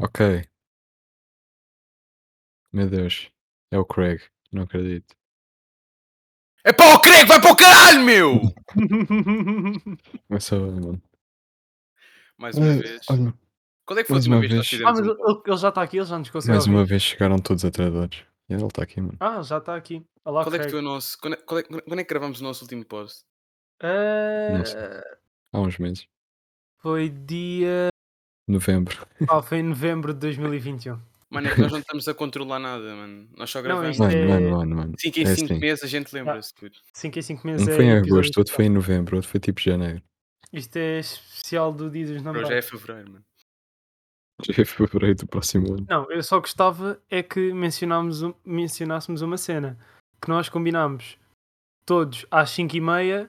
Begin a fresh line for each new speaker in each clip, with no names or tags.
Ok. Meu Deus. É o Craig. Não acredito.
É para o Craig, vai para o caralho, meu!
Começou, mano.
Mais uma vez.
Hum, Olha,
Quando é que foi a
mais
última
uma
vez que
vez.
nós fizemos?
Ah, mas
um-
ele, ele já está aqui, ele já nos consegue.
mais
ouvir.
uma vez chegaram todos atrasados. E ele está aqui, mano.
Ah, já está aqui. Olá,
Quando é que
Craig.
foi o nosso. Quando é, quando é- quando é que gravamos o nosso último post?
Eh,
Nossa. Há uns meses.
Foi dia.
Novembro.
Ah, foi em novembro de 2021.
Mano, é que nós não estamos a controlar nada, mano. Nós só gravamos.
isto
Mano,
é- Ah,
mano, mano, mano.
5 em
é
5
assim.
meses a gente lembra-se de tudo.
5 em 5
Um
meses. é
foi em
episódio
agosto, outro
especial.
foi em novembro, outro foi tipo janeiro.
Isto é especial do Dia dos
Agora já é
Namorados.
fevereiro, mano.
Já é fevereiro do próximo ano.
Não, eu só gostava é que mencionámos um- mencionássemos uma cena que nós combinámos todos às 5h30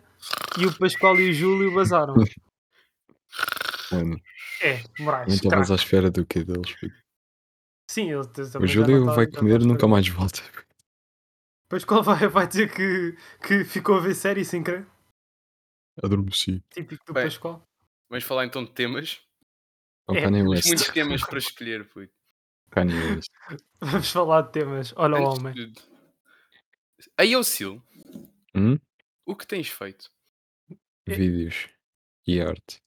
e, o Pascoal e o Júlio bazaram.
Mano,
É,
não
Moraes.
estavas
craque.
à espera do que deles. puto.
Sim, eu, t-
Então O
também já
Júlio
não tá tava-
vai
já
comer
tava
e nunca
esperando.
mais volta.
Pascoal vai, vai dizer que, que ficou a ver série sem querer.
Adormeci.
Típico do
Bem,
Pascoal.
Vamos falar então de temas.
É o
É,
Kanye
Temos muitos
West.
temas para escolher, puto.
Kanye West.
Vamos falar de temas. Olha o
Antes de
homem.
tudo. Aí eu, Sil,
Hum?
o que tens feito?
É.
Vídeos e arte.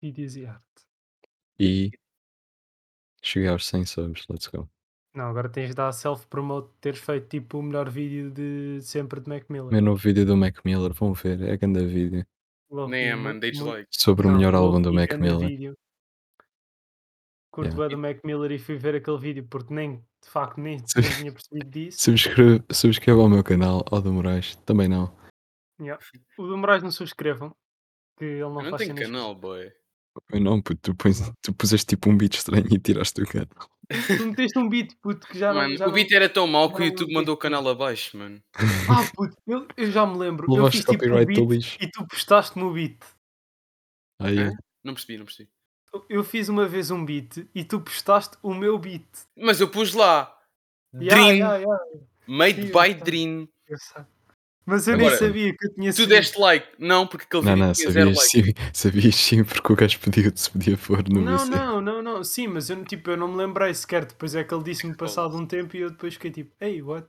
E dizia arte.
E cheguei aos 100 subs. Let's go.
Não, agora tens de dar self-promote de teres feito tipo o melhor vídeo de sempre de Mac Miller.
Meu novo vídeo do Mac Miller. Vão ver. É grande vídeo.
Logo,
Nem é,
mu-
mano, dei
mu-
dislike.
Sobre o
Não, é
melhor
logo
álbum do
vi
Mac
grande
Miller.
vídeo. Curto
Yeah.
bué do Mac Miller e fui ver aquele vídeo porque nem, de facto, nem
Sim.
nem tinha percebido disso.
Subscreva, subscreva ao meu canal. Ao do Moraes. Também não.
O do Moraes não subscrevam. Que ele não,
Eu não
faz
tenho
cenas-
canal, boy.
Eu não, puto. Tu, pões, tu puseste tipo um beat estranho e tiraste o canal.
Tu meteste um beat, puto, que já
Mano,
não. Já
o
não-
beat é era tão mau
já
que o
não
YouTube
lembro
mandou o
disso.
canal abaixo, mano.
Ah, puto, eu, eu já me lembro. Eu fiz
Levaste
tipo um
copyright do
beat
lixo.
e tu postaste-me o beat.
Aí,
Hã? Não percebi, não percebi.
Eu fiz uma vez um beat e tu postaste o meu beat.
Mas eu pus lá.
Ya,
Dream.
ya, ya,
Made
Sim,
by
tá.
Dream.
eu sei. Mas eu
Agora,
nem sabia que eu tinha
Tu
sido.
deste like. Não, porque aquele
não,
vídeo
não.
tinha zero
Sabias
like.
sim, sabias sim porque o gajo pediu se podia pôr no
Não,
VC.
não, não, não. Sim, mas eu, não- tipo, eu não me lembrei sequer. Depois é que ele disse-me passado um tempo e eu depois fiquei tipo, ei, what?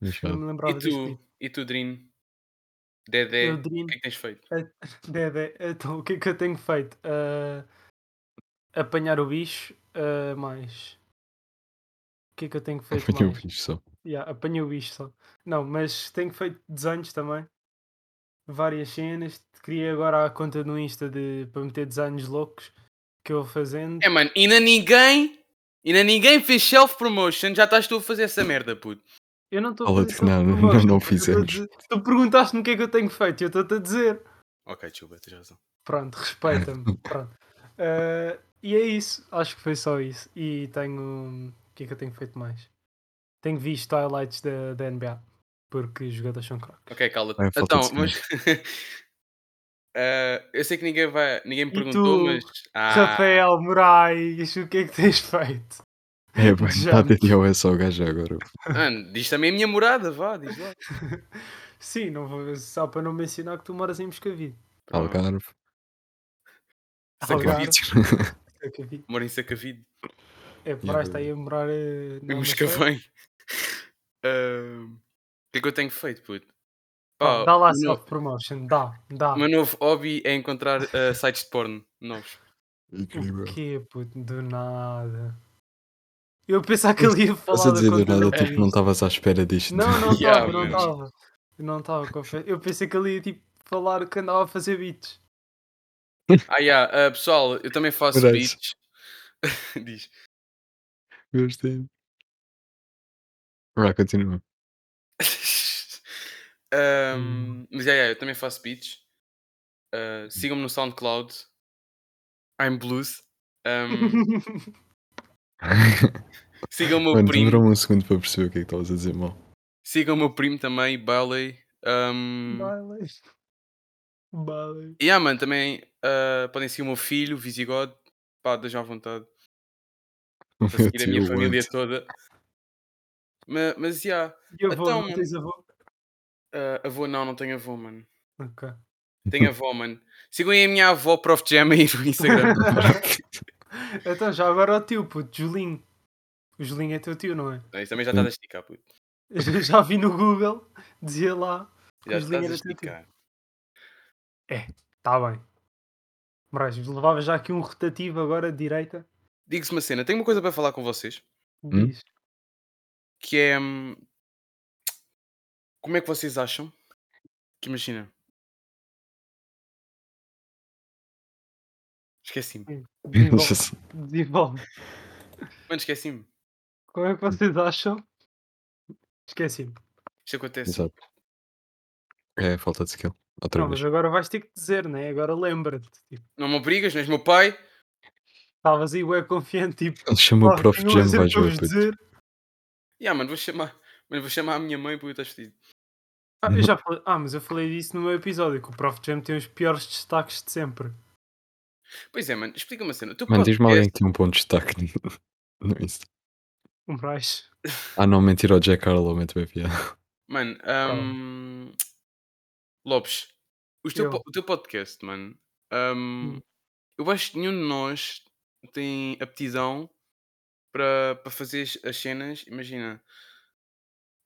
Não
Exato.
me
E
lembrava deste beat.
tu, e tu, Dream? Dedé,
Eu
o
dream,
que é que tens feito?
Dedé, então o que é que eu tenho feito? Ah, apanhar o bicho, ah, mais. O que é que eu tenho feito
Apanhei o
mais?
bicho um só.
Yeah, apanhei o bicho só. Não, mas tenho feito desenhos também. Várias cenas. Criei agora a conta no Insta de, para meter desenhos loucos que eu vou fazendo.
É, mano, ainda ninguém. Ainda ninguém fez self-promotion. Já estás tu a fazer essa merda, puto.
Eu não estou a
Fala
fazer
de que não, não-
self-promotion,
não
eu tô a
fizemos.
dizer- Tu perguntaste-me o que é que eu tenho feito e eu estou-te a dizer.
Ok, desculpa, tens razão.
Pronto, respeita-me. Pronto. Ah, e é isso. Acho que foi só isso. E tenho. O que é que eu tenho feito mais? Tenho visto highlights da, da NBA. Porque os jogadores são cracks.
Ok, cala-te.
Ai, falta
Então,
de
mas. Ah, eu sei que ninguém vai. Ninguém me
E
perguntou,
tu,
mas. Ah,
Rafael Moraes, o que é que tens feito?
É, bem, está a
Jump.
TTOS ao gajo agora.
ah.
Mano, diz também a minha morada, vá, diz lá.
Sim, não vou, só para não mencionar que tu moras em Moscavide.
Algarve.
Algarve.
Sacavide.
Moscavide.
Moro em Sacavide.
É, Moraes está aí a morar. eh, na
Em
Moscavide.
Moscavém. Ahm, O que é que eu tenho feito, puto?
Pá,
Pá,
Dá lá
o meu,
self-promotion, dá, dá.
o meu novo hobby é encontrar ah, sites de porno novos.
Incrível.
O quê, puto? Do nada. Eu pensava que ele ia falar
Estás a dizer
da
do
conta
nada,
da
tipo, não
Paris.
estavas à espera disto.
Não, não
Yeah,
estava, não
man.
estava. Não estava, confesso. Eu pensei que ele ia tipo falar que andava a fazer beats.
Ah, yeah, ah, pessoal, eu também faço
Verdade.
beats. diz.
Gostei. Right, continua.
Ahm,
Hum.
mas, yeah, yeah, eu também faço beats. Ah, Sigam-me no SoundCloud. I'm Blues. Ahm, sigam o meu
Mano,
primo.
demorou-me um segundo para perceber o que é que estavas a dizer mal.
Sigam o meu primo também, Bailey. Ahm,
Baile. Baile.
E ah, mano, também ah, podem seguir o meu filho, o Visigodo. Pá, deixam à vontade
O
para seguir a minha
tio
família
Ant.
toda. Ma- Mas já,
E eu vou,
Então,
não
mano.
tens avô?
ah, avô não, não tenho avô, mano.
Ok.
Tenho avó, mano. Sigam aí a minha avó, Prof. Jam, aí no Instagram.
Então já agora o tio, puto, Julinho. O Julinho é teu tio, não é?
Não, isso também já estás a esticar, puto.
Já vi no Google, dizia lá.
Já
Os
estás a
linhas da Titi.
esticar.
Tá bem. Moraes, levava já aqui um rotativo agora de direita.
Digo-se uma cena, tenho uma coisa para falar com vocês,
Hum?
Diz.
que é... hum, Como é que vocês acham que, imagina... Esqueci-me.
Desenvolve,
é assim.
desenvolve.
Mano, esqueci-me.
Como é que vocês acham? Esqueci-me.
Isto acontece.
Exato. É falta de skill. Outra
Não,
vez.
mas agora vais ter que dizer, né? Agora lembra-te. Tipo,
Não me obrigas, não és meu pai.
Estavas aí, ué, confiante, tipo.
Ele chama
"Pá,
o Prof.
tenho um
Jam
exemplo
vai
para
jogar.
vos
puto.
dizer."
Ya, mano, vou chamar. Mano, vou chamar a minha mãe porque eu estás fedido.
Ah, eu já falei- ah, mas eu falei disso no meu episódio, que o Prof. Jam tem os piores destaques de sempre.
Pois é, mano, explica-me a cena. Tu
Mano, diz-me alguém
podcast,
que tem um ponto de destaque no no Insta.
O Moraes.
Ah não, mentira, o Jack Harlow mete bem piada.
Mano, hum, Lopes, o teu,
Eu.
po- o teu podcast, mano. hum, Eu acho que nenhum de nós tem aptidão para para fazer as- as cenas. Imagina,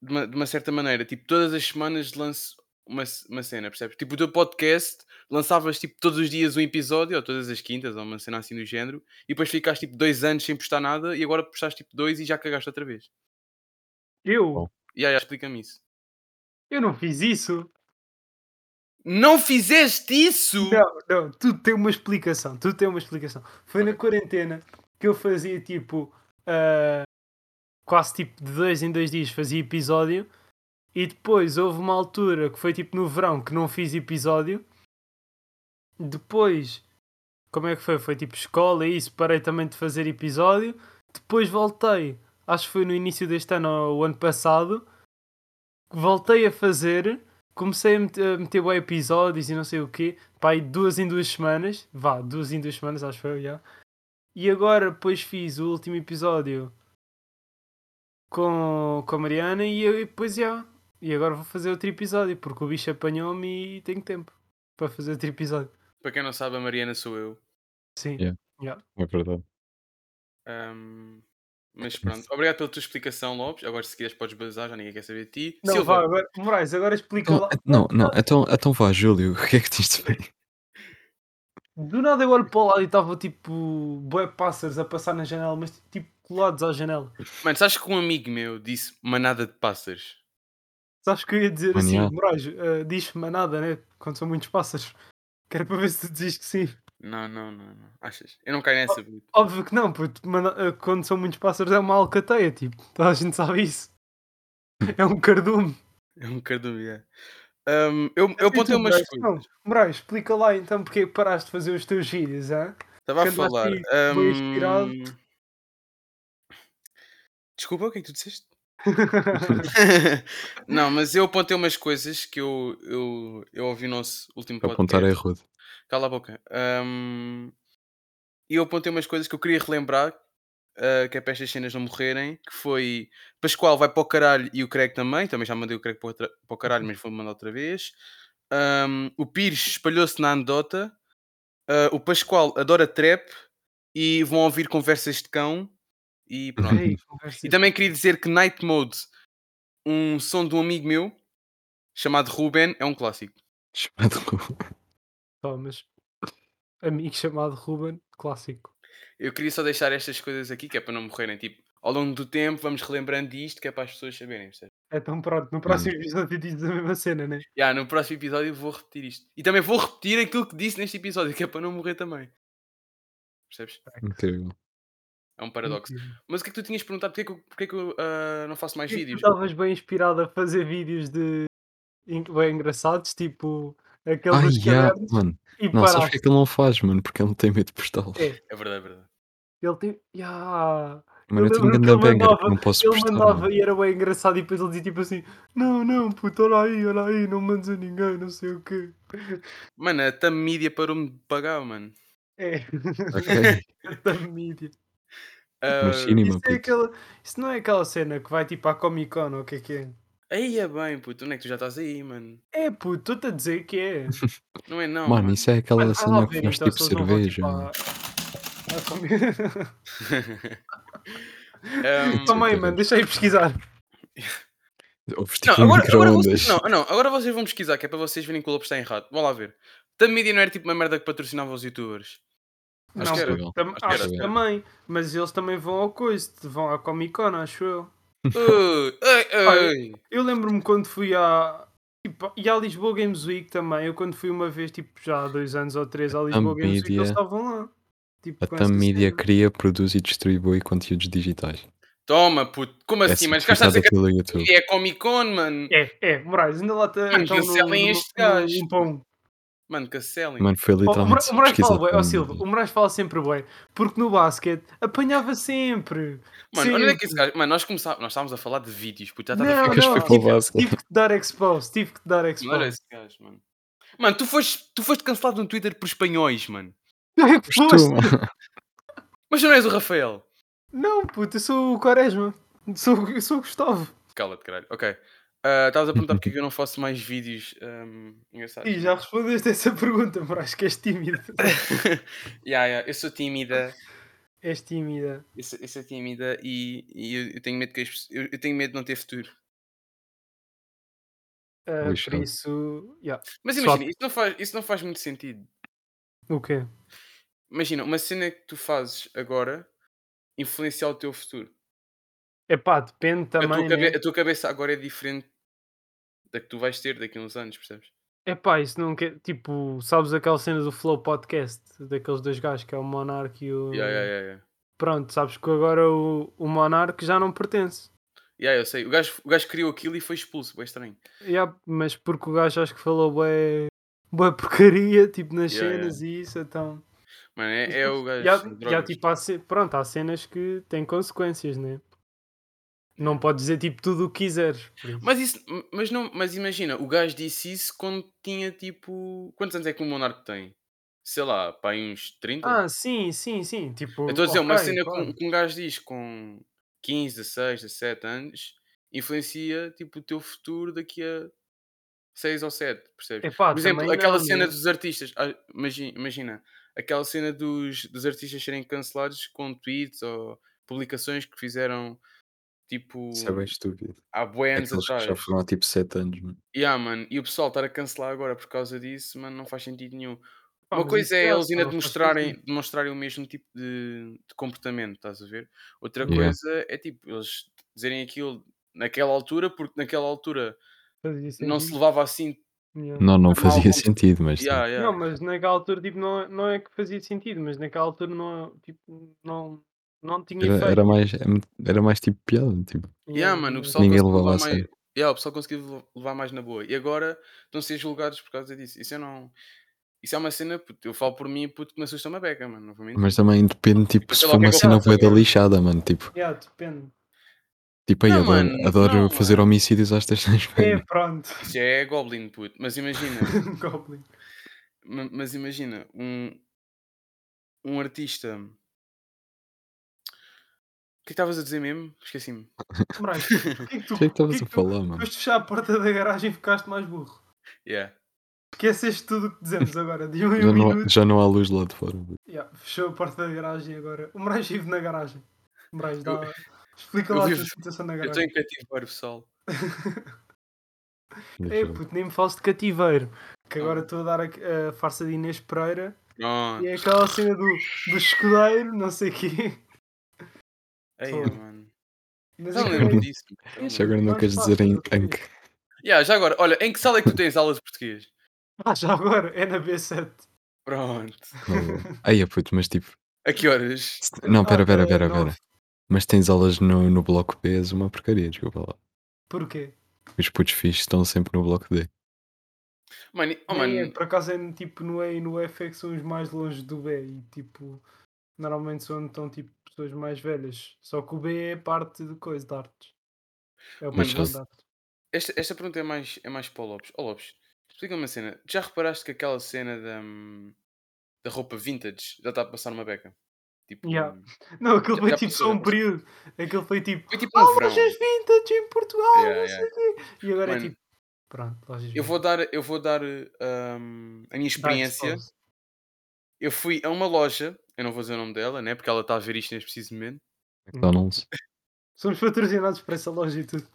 de uma, de uma certa maneira, tipo, todas as semanas lanço uma, c- uma cena, percebes? Tipo, o teu podcast lançavas tipo todos os dias um episódio, ou todas as quintas, ou uma cena assim do género, e depois ficaste tipo dois anos sem postar nada, e agora postaste tipo dois e já cagaste outra vez.
Eu?
E aí, explica-me isso.
Eu não fiz isso.
Não fizeste isso?
Não, não, tudo tem uma explicação, tudo tem uma explicação. Foi na quarentena que eu fazia tipo ah, quase tipo de dois em dois dias fazia episódio e depois houve uma altura que foi tipo no verão que não fiz episódio. Depois, como é que foi? Foi tipo escola e isso, parei também de fazer episódio. Depois voltei, acho que foi no início deste ano ou o ano passado, que voltei a fazer comecei a meter, a meter bué episódios e não sei o quê, pá, e duas em duas semanas, vá, duas em duas semanas, acho eu, já. E agora, depois fiz o último episódio com, com a Mariana e eu, e depois já. E agora vou fazer outro episódio, porque o bicho apanhou-me e tenho tempo para fazer outro episódio.
Para quem não sabe, a Mariana sou eu.
Sim.
Yeah. É verdade.
Ahm, mas pronto, obrigado pela tua explicação, Lopes. Agora, se quiseres, podes bazar, já ninguém quer saber de ti.
Não,
Silva,
vá, agora, Moraes, agora explica
Então,
lá.
não, não, então, então vá, Júlio, o que é que tens de ver?
Do nada eu olho para o lado e estava tipo, bué pássaros a passar na janela, mas tipo colados à janela.
mano, sabes que um amigo meu disse manada de pássaros?
Sabes que eu ia dizer
Maneado.
assim, Moraes, eh, diz manada, né? Quando são muitos pássaros. Quero para ver se tu dizes que sim.
Não, não, não, não. Achas? Eu não caio
Oh.
nessa. puto.
Óbvio que não, puto, mana- eh, quando são muitos pássaros é uma alcateia, tipo, toda a gente sabe isso. É um cardume.
É um bocado dúvida. Ahm, eu, eu apontei umas
Moraes, É tipo, não,
coisas.
Moraes, explica lá então porque é que paraste de fazer os teus vídeos, hã?
Estava a
que andaste
falar.
aí, assim, bem inspirado.
ahm, Desculpa, o que é que tu disseste? não, mas eu apontei umas coisas que eu, eu, eu ouvi no nosso último podcast.
Apontar é rude.
Cala a boca. Ahm, E eu apontei umas coisas que eu queria relembrar, ah, que é para estas cenas não morrerem, que foi Pascoal vai para o caralho e o Craig também, também já mandei o Craig para, outra- para o caralho, mas vou mandar outra vez. Ahm, o Pires espalhou-se na anedota, Ah, o Pascoal adora trap e vão ouvir conversas de cão e pronto.
Ei, conversa.
E também queria dizer que Night Mode, um som de um amigo meu, chamado Ruben, é um clássico.
Chamado Ruben.
Thomas. Amigo chamado Ruben, clássico.
Eu queria só deixar estas coisas aqui, que é para não morrerem. Tipo, ao longo do tempo, vamos relembrando disto, que é para as pessoas saberem, percebes?
Então pronto, no próximo episódio dizes a mesma cena, né?
Já, no próximo episódio vou repetir isto. E também vou repetir aquilo que disse neste episódio, que é para não morrer também. Percebes?
Incrível.
É um paradoxo.
Uhum.
Mas o que é que tu tinhas perguntado? Porquê que eu, porquê que eu ah, não faço mais
Tipo, E Tu
vídeos?
estavas bem inspirado a fazer vídeos de en- bem engraçados, tipo aquele
Ah,
dos
yeah,
cadernos
mano.
e
Não, sabes o
paraste.
que é que ele não faz, mano? Porque ele não tem medo de postá-lo.
É,
É verdade, é verdade.
Ele tem. Yeah.
Mano, eu tenho um
lembro-me que
grande
ele
banger que
mandava-
não posso
Ele
postar.
mandava
mano.
e era bem engraçado e depois ele dizia tipo assim, não, não, puto, olha aí, olha aí, não mandes a ninguém, não sei o quê.
Mano, a Tam Media parou-me de pagar, mano.
É,
Ok,
da mídia.
Ah,
mas cinema,
Isso, é
puto.
aquela, isso não é aquela cena que vai tipo à Comic Con ou o que é que é?
Aí é bem, puto. Onde é que tu já estás aí, mano?
É puto, estou-te a dizer que é.
Não é não,
Mano,
mano.
isso é aquela
Mano, vai lá
cena
ver,
que faz
então,
tipo
se eles não vão,
cerveja. né?
tipo, à- Ah, só-
Ahm,
Só-
Também, mano, deixa aí pesquisar.
Houve
não,
tipo um
agora, agora
micro-ondas.
vocês, não, não, agora vocês vão pesquisar, que é para vocês verem que o Lopes está errado. Vão lá ver. Thumb Media não era tipo uma merda que patrocinava os youtubers.
Acho
não,
que era.
tam-
Acho que
acho
era.
que também. Mas eles também vão ao coisa, vão à Comic Con, acho eu.
Ui, ei, ei.
Eu lembro-me quando fui à. Tipo, e à Lisboa Games Week também. Eu quando fui uma vez, tipo, já há dois anos ou três, à Lisboa Games Week,
Media-
eles estavam lá. Tipo,
A
com essa
Tam Media
cena.
cria, produz e distribui conteúdos digitais.
Toma, puto.
É
Como assim? Mas cá está a dizer
certificado
que
pelo
a
YouTube.
Thumb Media é Comic Con, mano.
É, é, Moraes, ainda lá então está.
Mano, cancelem este gajo.
Um pão.
Mano, cancelem.
Mano, foi
Oh, o Moraes-
literalmente.
o Moraes
pesquisar
fala bué, ó
Thumb
Silva,
Media.
o Moraes fala sempre bem, porque no basquete apanhava sempre.
Mano, olha
sempre.
onde é que esse gajo. Mano, nós, começá... nós estávamos a falar de vídeos, puto. Já estás
Não,
a
Ficas
ficar.
não.
foi pelo básico.
Tive que te dar expose, tive que te dar
Mano, olha
expose.
esse gajo, mano. Mano, tu foste, tu foste cancelado no Twitter por espanhóis, mano.
Foste tu,
Foste.
mano.
Mas tu não és o Rafael.
Não, puto, eu sou o Quaresma, sou, eu sou o Gustavo.
Cala-te, caralho. Ok. Ah, Estavas a perguntar porque é que eu não faço mais vídeos ahm, engraçados.
E já respondeste essa pergunta, Moraes, que és tímida.
Yeah, yeah, Eu sou tímida.
és tímida.
Eu sou, eu sou tímida e, e eu, eu tenho medo que as pessoas- eu, eu tenho medo de não ter futuro.
Ah,
Ui,
por
chato.
isso. yeah.
Mas
Só-
imagina, isso não, faz, isso não faz muito sentido.
O quê?
Imagina, uma cena que tu fazes agora influenciar o teu futuro.
É pá, depende
a, tua
também.
cabe-
Né?
a tua cabeça agora é diferente da que tu vais ter daqui a uns anos, percebes?
É pá, isso não quer. Tipo, sabes aquela cena do Flow Podcast, daqueles dois gajos que é o Monark e o.
Yeah, yeah, yeah, yeah.
Pronto, sabes que agora o, o Monark já não pertence.
Yeah, eu sei. O gajo, o gajo criou aquilo e foi expulso, bem estranho.
Ya, mas porque o gajo acho que falou bué, bué porcaria, tipo nas
Ya, ya.
cenas e isso, então.
Mano, é, é o gajo.
Já,
de
já
drogas.
tipo, há, ce- pronto, há cenas que têm consequências, né? Não podes dizer tipo tudo o que quiseres. por isso.
Mas isso, mas não, mas imagina, o gajo disse isso quando tinha tipo. Quantos anos é que o Monarco tem? Sei lá, pá, aí uns 30?
Ah, sim, sim, sim. Tipo,
Tipo eu estou a dizer, uma
ok,
cena
claro.
com, que um gajo diz com 15, 16, 17 anos influencia tipo o teu futuro daqui a 6 ou 7, percebes?
Epá,
Por exemplo,
É também
aquela
não,
cena
né?
dos artistas, ah, imagi- imagina, aquela cena dos, dos artistas serem cancelados com tweets ou publicações que fizeram tipo
Isso é bem estúpido.
há bué anos
Aqueles que já
atrás.
foram há tipo 7 anos, mano.
Yeah, mano, e o pessoal estar a cancelar agora por causa disso, mano, não faz sentido nenhum.
Pá,
Uma
mas
coisa
isso
é
já
eles ainda
não faz
demonstrarem,
sentido.
demonstrarem o mesmo tipo de, de comportamento, estás a ver? Outra
Yeah.
coisa é tipo, eles dizerem aquilo naquela altura, porque naquela altura
Fazia
não se
sentido,
levava assim.
ya.
Não, não
Mal
fazia
como-
sentido, mas.
Yeah, yeah.
Não, mas naquela altura tipo, não, não é que fazia sentido, mas naquela altura não, tipo, não, não tinha
Era,
efeito.
era, mais, era mais tipo piada. Tipo,
Yeah,
Ya,
mano, o
ya.
pessoal
Ninguém
conseguiu
levava
levar
a
mais.
sério.
Yeah, o pessoal conseguiu lev- levar mais na boa. E agora estão a ser julgados por causa disso. Isso eu não. Isso é uma cena, puto, eu falo por mim, puto, que me assusta uma beca, mano. Não vou mentir.
mas também depende, tipo,
Sei
se
lá
for
o que é
uma
que eu
cena
faço
bué da
agora.
lixada, mano.
tá
Tipo,
Ya, depende.
tipo aí,
Não,
adoro,
mano,
adoro
não,
fazer
mano.
homicídios às terças
É,
feiras
pronto. um
Isso é Goblin, puto. Mas imagina.
Goblin.
Ma- mas imagina um um artista o que é que estavas a dizer mesmo? Esqueci-me.
Moraes, o que é que tu
O que é que estavas
porquê
a
tu
falar, mano?
Foste fechar a porta da garagem e ficaste mais burro.
Yeah.
Esqueceste tudo o que dizemos agora. De um em
Já
um
não, há-
minuto.
já não há luz lá de fora. mano.
Ya, fechou a porta da garagem agora. O Moraes vive na garagem. Moraes, dá...
Eu-
explica
eu
lá a
vivo-
tua situação na
Eu estou
garagem.
em cativeiro, pessoal.
Ei, É, puto, nem me fales de cativeiro. Que
Ah.
agora estou a dar a, a farsa de Inês Pereira.
Pronto.
E é aquela cena do, do escudeiro, não sei o quê.
Aí,
Fogo.
mano.
é Mas
Já
é
me
que-
lembro disso.
Já agora não
Nós
queres
faz
dizer em
tudo o
Anc.
que
Yeah, já agora, olha, em que sala é que tu tens aulas de português?
Ah, já agora, é na B7.
Pronto.
Aí, puto, mas tipo.
A que horas?
se- Não,
Ah,
pera, pera,
é
pera,
nove.
pera. Mas tens aulas no, no bloco B, és uma porcaria, desculpa lá.
Porquê?
Os putos fixos estão sempre no bloco D.
Mano, oh,
Nem é,
mano.
por acaso é no- tipo no E e no F é que são os mais longe do B e tipo normalmente são então tipo pessoas mais velhas. Só que o B é parte de coisa de artes. É o
Mas
Mas, de
já-
artes.
Esta, esta pergunta é mais, é mais para o Lopes. Ó Lopes, explica-me uma cena. Já reparaste que aquela cena da, hum, da roupa vintage já está a passar uma beca? Tipo.
Yeah.
hum,
Não, aquilo
Já-
foi
já
tipo
passou,
só
já
um
passou.
período. Aquilo foi tipo
Foi tipo
ah,
um verão.
lojas vintage em Portugal,
Yeah,
não
yeah.
sei o quê. E agora
Mano,
é tipo pronto, Ah, lojas
Eu vou dar, eu vou dar eh, hum, a minha experiência. Eu fui a uma loja Eu não vou dizer o nome dela, né? Porque ela está a ver isto neste preciso momento.
McDonald's.
Somos patrocinados por essa loja e tudo.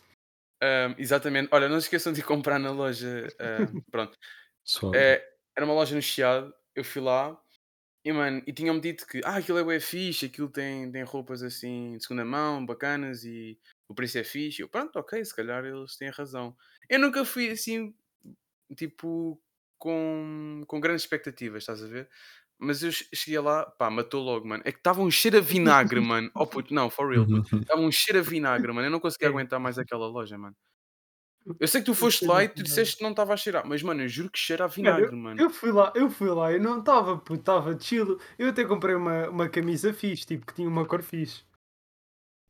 Ahm, Hum, exatamente. Olha, não se esqueçam de ir comprar na loja. ahm, pronto.
Suave.
É, era uma loja no Chiado. Eu fui lá e, mano, e tinham-me dito que ah, aquilo é bué fixe, aquilo tem, tem roupas assim de segunda mão, bacanas e o preço é fixe. Eu, pronto, ok, se calhar eles têm razão. Eu nunca fui assim, tipo, com, com grandes expectativas, estás a ver? Mas eu che- cheguei lá, pá, matou logo, mano. É que estava um cheiro a vinagre, mano. Oh puto, não, for real, puto. Estava um cheiro a vinagre, mano. Eu não conseguia
É.
aguentar mais aquela loja, mano. Eu sei que tu foste lá e tu disseste que não estava a cheirar, mas mano, eu juro que cheira a vinagre, mano.
Eu fui lá, eu fui lá, eu não estava, puto, estava chill. Eu até comprei uma, uma camisa fixe, tipo, que tinha uma cor fixe.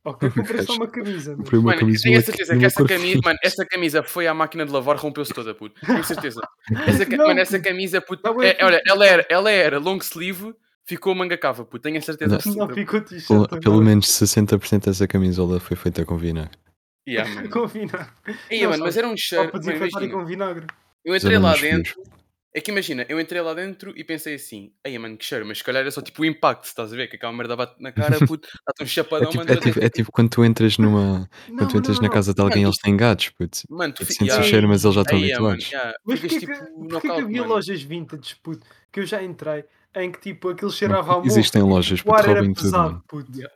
Ok, comprei só uma camisa. mas-
Comprei uma
Mano, eu
camisa
tenho a
aqui
certeza
de
que
uma
essa
cor
camisa,
fixe.
mano, essa camisa foi à máquina de lavar, rompeu-se toda, puto. Tenho certeza. Essa, ca-
Não,
mano, essa
puto.
camisa, puto,
Tá bem
é- olha,
fixe,
ela era, ela era long sleeve, ficou manga cava, puto. Tenho a certeza
Não.
absoluta.
Não ficou
Pelo,
t-shirt.
pelo menos 60% dessa camisola foi feita com vinagre.
Yeah, mano.
Com vinagre.
Ei,
Não,
mano, mas
só-
era um
Só
cheiro.
podia
mano,
enfeitar e
imagina.
com vinagre.
Eu entrei
Os
lá
alunos
dentro. É que imagina, eu entrei lá dentro e pensei assim, ai mano, que cheiro, mas se calhar era só tipo o impacto, estás a ver? Que aquela merda bate na cara, puto, dá-te um
É
chapadão,
tipo,
mano,
é,
tu até
tipo, é tipo quando tu entras numa.
Não,
Quando tu entras
não,
na
não. Ah,
casa de alguém
Mano,
eles têm gatos, putz.
mano, tu
Tu
ficas.
sentes o
yeah.
cheiro, mas eles já estão
Aí, yeah, mano,
habituados.
yeah,
Mas
ficas
porquê
tipo
que, porquê que
knockout,
havia
mano.
lojas vintage, puto, que eu já entrei, em que tipo, aquilo
Mano,
cheirava a mofo,
Existem
tipo,
lojas,
o
puto,
ar era
roubem tudo,
pesado,
mano.
puto.
Yeah.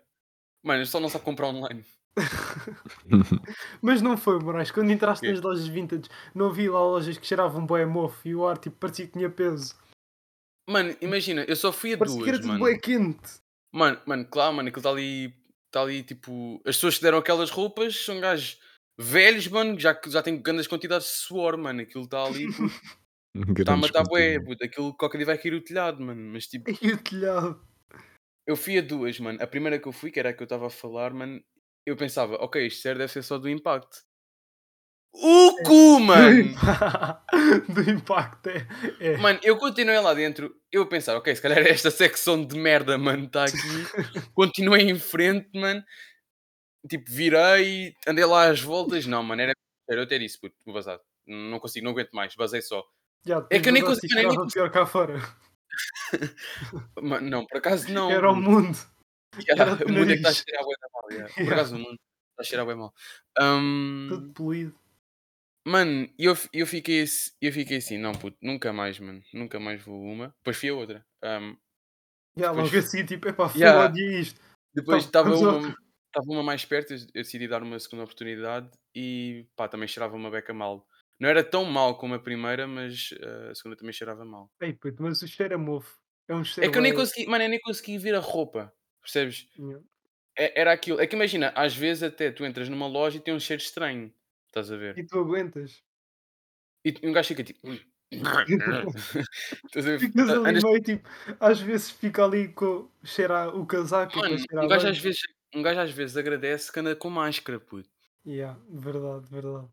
Mano, só não sabe comprar online.
Mas não foi, Moraes, quando entraste
Quê?
nas lojas vintage, não havia lá lojas que cheiravam bué a mofo e o ar tipo, parecia que tinha peso.
Mano, imagina, eu só fui a
Parecia que era
duas,
tudo
mano.
bué quente.
Mano, mano, claro, mano, aquilo está ali, está ali, tipo, as pessoas que deram aquelas roupas são gajos velhos, mano, que já, que já têm grandes quantidades de suor, mano, aquilo está ali, está a
Grandes
matar bué,
quantidades.
puto, aquilo qualquer dia vai cair o telhado, mano, mas tipo,
E o telhado.
eu fui a duas, mano, a primeira que eu fui, que era a que eu estava a falar, mano, eu pensava, ok, isto sério deve ser só do impacto. O cu,
Do,
mano!
impa- do impacto, é. é.
Mano, eu continuei lá dentro. Eu pensava, ok, se calhar é esta secção de merda, mano, está aqui. continuei em frente, mano. Tipo, virei, andei lá às voltas. Não, mano, era. Eu até disse, puto, vou vazar. Não consigo, não aguento mais, basei só.
Já,
É que eu nem
depois mudaste e
consigo- eu nem
cheirava pior cá fora.
Mano, não, por acaso não.
Era o
puto.
mundo.
Já,
era o
o mundo é que está a
nariz.
cheirar bem mal. já. Por
Yeah.
acaso o mundo está a cheirar bem mal. Ahm,
Tudo poluído.
mano, eu, f- eu, fiquei, ass- eu fiquei assim, não, puto, nunca mais, mano. Nunca mais vou a uma. Depois fui a outra. Hum, Ahm,
Já,
Depois-
logo assim, tipo, epá, fui
Yeah.
lá de isto.
Depois
Tá,
estava
vamos
uma,
ao-
estava uma mais perto, eu eu decidi dar uma segunda oportunidade e pá, também cheirava uma beca mal. Não era tão mal como a primeira, mas eh, a segunda também cheirava mal.
Ei, puto, mas o cheiro é mofo. É um cheiro.
É que eu nem
bué- assim,
consegui, mano, eu nem consegui ver a roupa, percebes?
Yeah.
É- era aquilo. É que imagina, às vezes até tu entras numa loja e tem um cheiro estranho, estás a ver?
E tu aguentas.
E um gajo fica tipo. Estás a ver?
Ficas ali
Andas-
meio tipo, às vezes fica ali com cheirar o casaco e
Mano,
depois cheirar
um
a
gajo,
banho.
às vezes, um gajo às vezes agradece que anda com máscara, puto.
Yeah, verdade, verdade.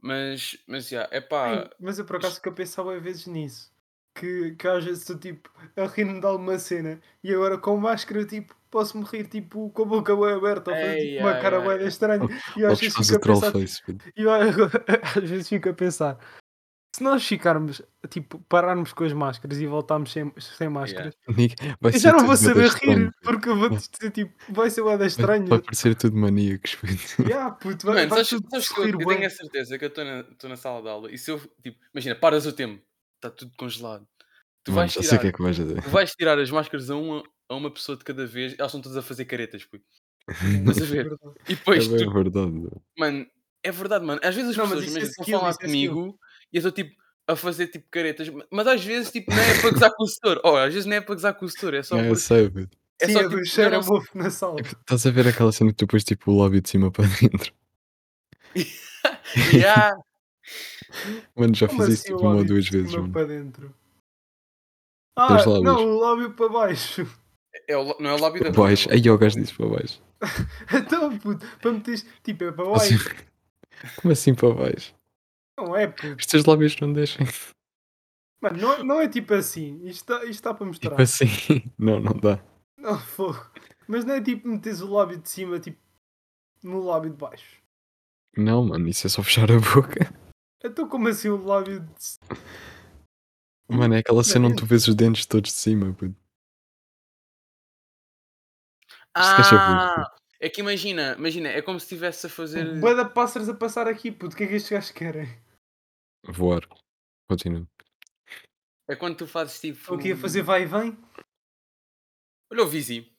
Mas, mas, já, é
Ai,
pá.
mas eu por acaso que eu pensava às vezes nisso. Que, que às vezes estou tipo a rir-me de alguma cena e agora com máscara eu, tipo posso-me rir tipo com a boca bem aberta ou fazer
Ei,
tipo, uma
ai,
cara
ai,
bem estranha e eu
Ou
às vezes
faz o
fico a
troll
pensar
face, puto.
E eu agora, às vezes fico a pensar: se nós ficarmos, tipo, pararmos com as máscaras e voltarmos sem, sem máscaras,
Nick, Vai
eu
ser
já não
tudo bué
vou
da
saber
estranho,
rir,
puto.
porque eu vou dizer, tipo, vai ser uma da
Vai- Vai
estranho.
parecer tudo maníacos, puto.
Yeah, puto, vai,
Mano,
vai
sabes,
tudo
sabes que eu,
sorrir
eu
bem.
tenho a certeza que eu estou na, tô na sala de aula e se eu, tipo, imagina, paras o tempo, está tudo congelado. Tu
Mano,
vais
já sei o
tirar,
que é que vais fazer.
tu vais tirar as máscaras a uma, a uma pessoa de cada vez, elas estão todas a fazer caretas, pô. Estás a ver?
Verdade.
E
É
depois
bem
tu,
verdade.
mano, é verdade, mano. Às vezes as
Não, mas
pessoas
isso é
mesmo estão
skill,
a falar
isso é skill.
comigo e eu estou tipo a fazer tipo caretas, ma- mas às vezes tipo não é para gozar com o setor. Oh, às vezes não é para gozar com o setor, é só
Não, eu
porque.
sei, puto.
É
Sim,
só
é
tipo,
do
já
cheiro
não
a mofo na sala.
É porque Estás a ver aquela cena que tu pões tipo o lábio de cima para dentro?
sei- Yeah.
Mano, já
Como
fiz isso
assim o
tipo uma ou
lábio
duas
de
vezes,
cima
mano.
para dentro? Ah,
Dois lábios.
não, o lábio para baixo.
É o lá- não é o lábio da
Para
boca, é o
baixo.
lábio
Aí
da
o gajo
boca.
disse para baixo.
Então, puto, para meteres, tipo, é para
Como assim-
baixo.
Como assim para baixo?
Não é, puto.
Os teus lábios não deixam.
Mano, não, é- não é tipo assim. Isto está, isto está para mostrar.
Tipo assim. Não, não dá.
Não, fogo. Mas não é tipo meteres o lábio de cima, tipo, no lábio de baixo.
Não, mano, isso é só fechar a boca.
Então como assim o lábio de... c-
Mano, é aquela
Para
cena onde
dentro.
tu vês os dentes todos de cima, puto. Isto quer saber.
Ah, é que imagina, imagina, é como se estivesse a fazer.
Bué de pássaros a passar aqui, puto. O que é que estes gajos querem?
Voar. Continua.
É quando tu fazes tipo.
Estão aqui a fazer vai e vem?
Olha o Vizi.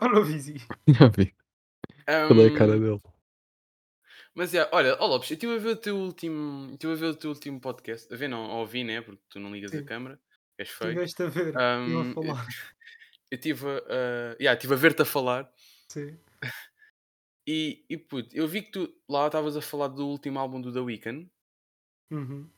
Olha o Vizi.
Já vi. Qual é a
Ahm,
cara dele?
Mas é, olha, ó Lopes, eu estive a ver o teu último. Estive a ver o teu último podcast. A ver, não, a ouvir, né? Porque tu não ligas a
Sim.
câmara. És
Tu
feio.
gaste a ver. eu
Um,
Ahm,
a falar.
Eu estive a. ah, yeah, estive a ver-te a falar.
Sim.
E, e puto, eu vi que tu lá estavas a falar do último álbum do The Weeknd.
Uhum.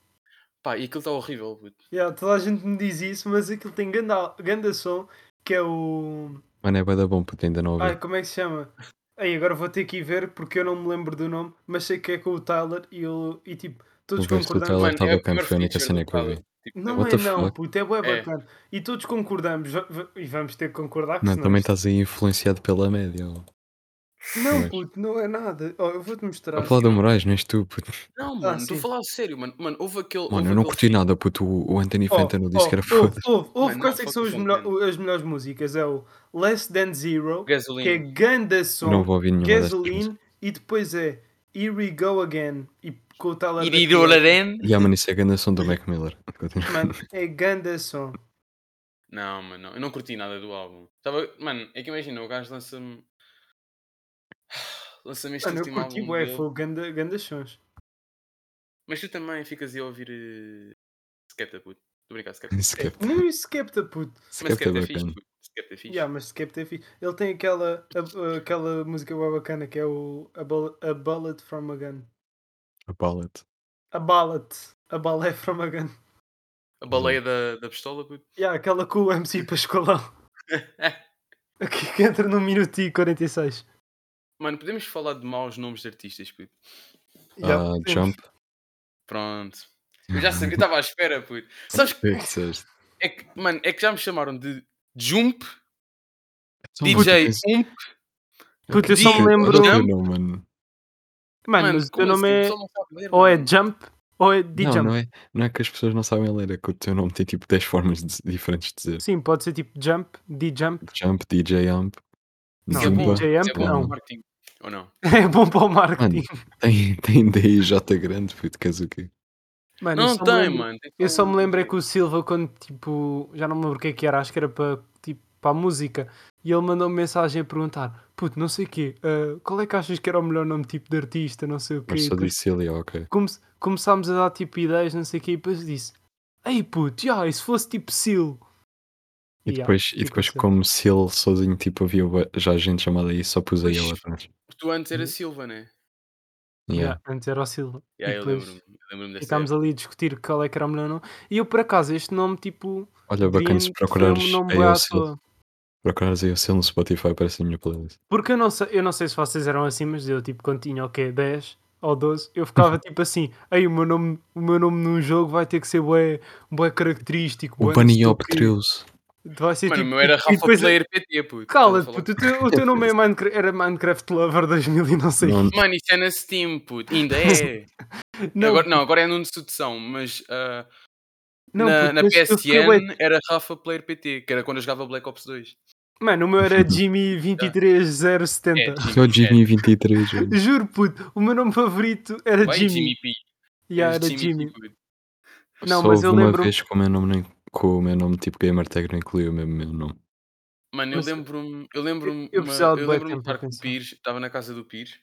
Pá, e aquilo está horrível, puto.
Yeah, toda a gente me diz isso, mas aquilo tem ganda, ganda som, que é o.
Mano, é bada bom, puto, ainda não
Ai,
ouvi.
como é que se chama? Aí agora vou ter que ir ver porque eu não me lembro do nome, mas sei que é com o Tyler e, eu, e tipo, todos
O verso do Tyler
concordamos.
Mano,
tá
é a
bacana,
pior
foi a única
feature
cena
do
que eu vi.
Tyler. Tipo,
Não
What
é
the
não,
fuck?
puto, é bué
É.
bacana. E todos concordamos, va- va- e vamos ter que concordar que
Não,
senão
também tá-
isto-
estás aí influenciado pela média. ó.
Não,
Pois.
puto, não é nada. Ó, eu vou-te mostrar.
A falar do Moraes, não és tu, puto.
Não, mano, estou
Ah, sim.
a falar a sério, mano. Mano, houve aquele. houve
Mano, eu não
aquele
curti
feat-
nada, puto. O o
Oh,
Anthony Fantano Tipo, então disse que era foda.
Houve, houve, houve
Mano,
quais
não,
é que
fuck
são
o
as,
Funk
melhor-
Man.
as melhores músicas? É o Less Than Zero, que é
Gasolina.
ganda som,
Não vou ouvir nenhuma destas músicas.
Gasoline, e depois é Here We Go Again, e com o Tyler the
Iri
Creator.
Dolaren.
E a mano, isso é a grande ação do Mac Miller. Continua.
Mano, é ganda som.
Não, mano, não. eu não curti nada do álbum. Tava... Mano, é que imagina, o gajo lança-me. Lança-me este
Mano, eu
último
curti,
álbum.
bué,
dele.
foi ganda, ganda sons.
Mas tu também ficas aí a ouvir. eh, Skepta, puto. Estou a brincar, Skepta.
Skepta.
Não e Skepta, puto.
Mas
Skepta é
Skepta é fixe,
bacana.
puto. Skepta é fixe.
Yeah, mas Skepta é fixe. Ele tem aquela, a- aquela música bué bacana que é o a, Ball- a Ballad From A Gun.
A Palette.
A Ballad. A Ballet From A Gun.
A
Uhum.
baleia da, da pistola, puto.
Yeah, aquela com o MC Pascoalão. que, que entra num minuto e 46.
Mano, podemos falar de maus nomes de artistas, puto.
Yeah,
Ah,
podemos.
Jump.
Pronto. Eu já sabia, eu estava à espera, puto. Sabes que,
O que é que disseste?
é que, mano, é que já me chamaram de Jump,
Só um
DJ
puto,
Ump.
Puto, eu
que-
só me
que-
lembro.
olha o teu nome, mano.
Mano, mas o teu
como assim? O
nome é.
pessoal não sabe ler,
Ou é
mano.
Jump ou é D-Jump.
Não, não é, não é que as pessoas não sabem ler, é que o teu nome tem tipo 10 formas de- diferentes de dizer.
Sim, pode ser tipo Jump, D-Jump.
Jump, DJ Amp,
Não,
Isso é bom,
Zumba.
isso
DJ
é
Amp,
bom para
não.
o marketing. Ou não?
É bom para o marketing.
Tem, tem DJ grande, puto, queres o quê?
Mano, eu
Não
só me
tem,
lembro-
mano. tem
Eu
só
só
um-
me lembro é que o Silva, quando tipo. Já não me lembro o que é que era, acho que era para tipo, para a música. E ele mandou-me mensagem a perguntar: Puto, não sei o quê, ah, qual é que achas que era o melhor nome tipo de artista, não sei o quê.
Mas só
Depois
disse Celia, é ok.
come- começámos a dar tipo ideias, não sei o quê, e depois disse: Ei puto, já, e se fosse tipo Sil?
E
Ya,
depois, e
ficou
depois
certo.
como se ele sozinho, tipo, havia bué- já gente chamada aí, só pus aí
Pois.
ele atrás.
Tu antes era Silva, né?
Yeah.
Ya, Antes era o Silva.
Yeah,
Uhum. e
eu
depois
lembro-me. eu lembro-me dessa
ficámos ali a discutir qual é que era o melhor nome. E eu, por acaso, este nome, tipo,
Olha, bacana se
devia- foi
procurares
um nome
aí
bué
o
à
Sil.
toa.
Procurares aí o Sil no Spotify, aparece a minha playlist.
Porque eu não, sei, eu não sei se vocês eram assim, mas eu, tipo, quando tinha, o quê, 10 ou 12, eu ficava, tipo, assim, ei, o meu nome, o meu nome num jogo vai ter que ser bué, bué característico,
O
bué não sei
Bunny
o
Hop
quê.
13.
Vai ser,
Mano, o
tipo,
meu era
e
Rafa
depois-
Player PT, puto.
Cala-te,
Estás a
puto, o teu, o teu nome é Minecraft, era Minecraft Lover 2000 e não
Não,
sei.
falar- Mano, isso é na Steam, puto. Ainda é.
não,
agora, não, agora é Nuno Sucção, mas ah,
não,
na,
puto,
na
eu- eu fiquei bué-
PSN era Rafa Player PT, que era quando eu jogava Black Ops 2.
Mano, o meu era Jimmy 23070.
É,
Só Jimmy 23. olha.
Juro, puto, o meu nome favorito era
Vai,
Jimmy.
Jimmy P.
Yeah,
Eras
era Jimmy.
P, puto.
Não,
Só
mas eu
houve uma
lembro-
vez que o meu nome, nem- que o meu nome tipo Gamer Tag não incluiu mesmo o meu nome.
Mano, eu
Mas-
lembro-me. Eu lembro-me.
eu
uma-
precisava de
Eu
bué
lembro-me de
tempo para
estar com o
pensar.
Pires, estava na casa do Pires.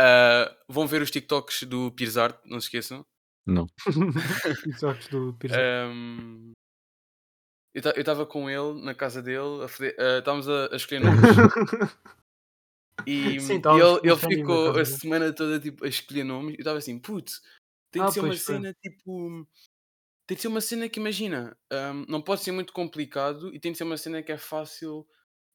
Ah, vão ver os TikToks do Pires Art, não se esqueçam.
Os olhos do Pires.
É. Ahm, eu ta- eu estava com ele na casa dele, a fode- ah, estávamos a, a escolher nomes. E,
Sim,
e
estávamos
ele, ele
começando a ir na
ficou
casa
a
dele.
semana toda tipo, a escolher nomes. Eu estava assim, putz, tem
Ah,
de ser uma
pois foi.
cena tipo. Tem de ser uma cena que imagina, ahm, não pode ser muito complicado e tem de ser uma cena que é fácil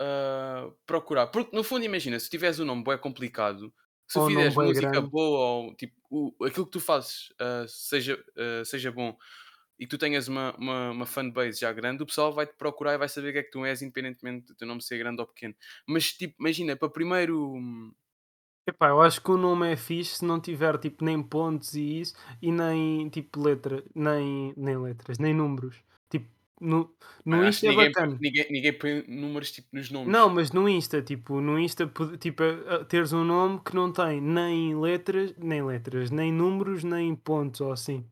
ah, procurar. Porque no fundo, imagina, se tiveres um nome bem complicado, se
Ou um nome
fizeres
bué
música
grande.
boa ou tipo, o- aquilo que tu fazes ah, seja, ah, seja bom e que tu tenhas uma, uma, uma fanbase já grande, o pessoal vai te procurar e vai saber o que é que tu és, independentemente do teu nome ser grande ou pequeno. Mas tipo, imagina, para primeiro. hum,
Epá, eu acho que o nome é fixe se não tiver tipo nem pontos e isso, e nem tipo letra, nem, nem letras, nem números. Tipo, No, no
Acho que
Insta é
ah, ninguém,
bacana.
ninguém, ninguém põe números tipo nos nomes.
Não, mas no Insta, tipo, no Insta, pod- tipo, a- a- teres um nome que não tem nem letras, nem letras, nem números, nem pontos, ou assim.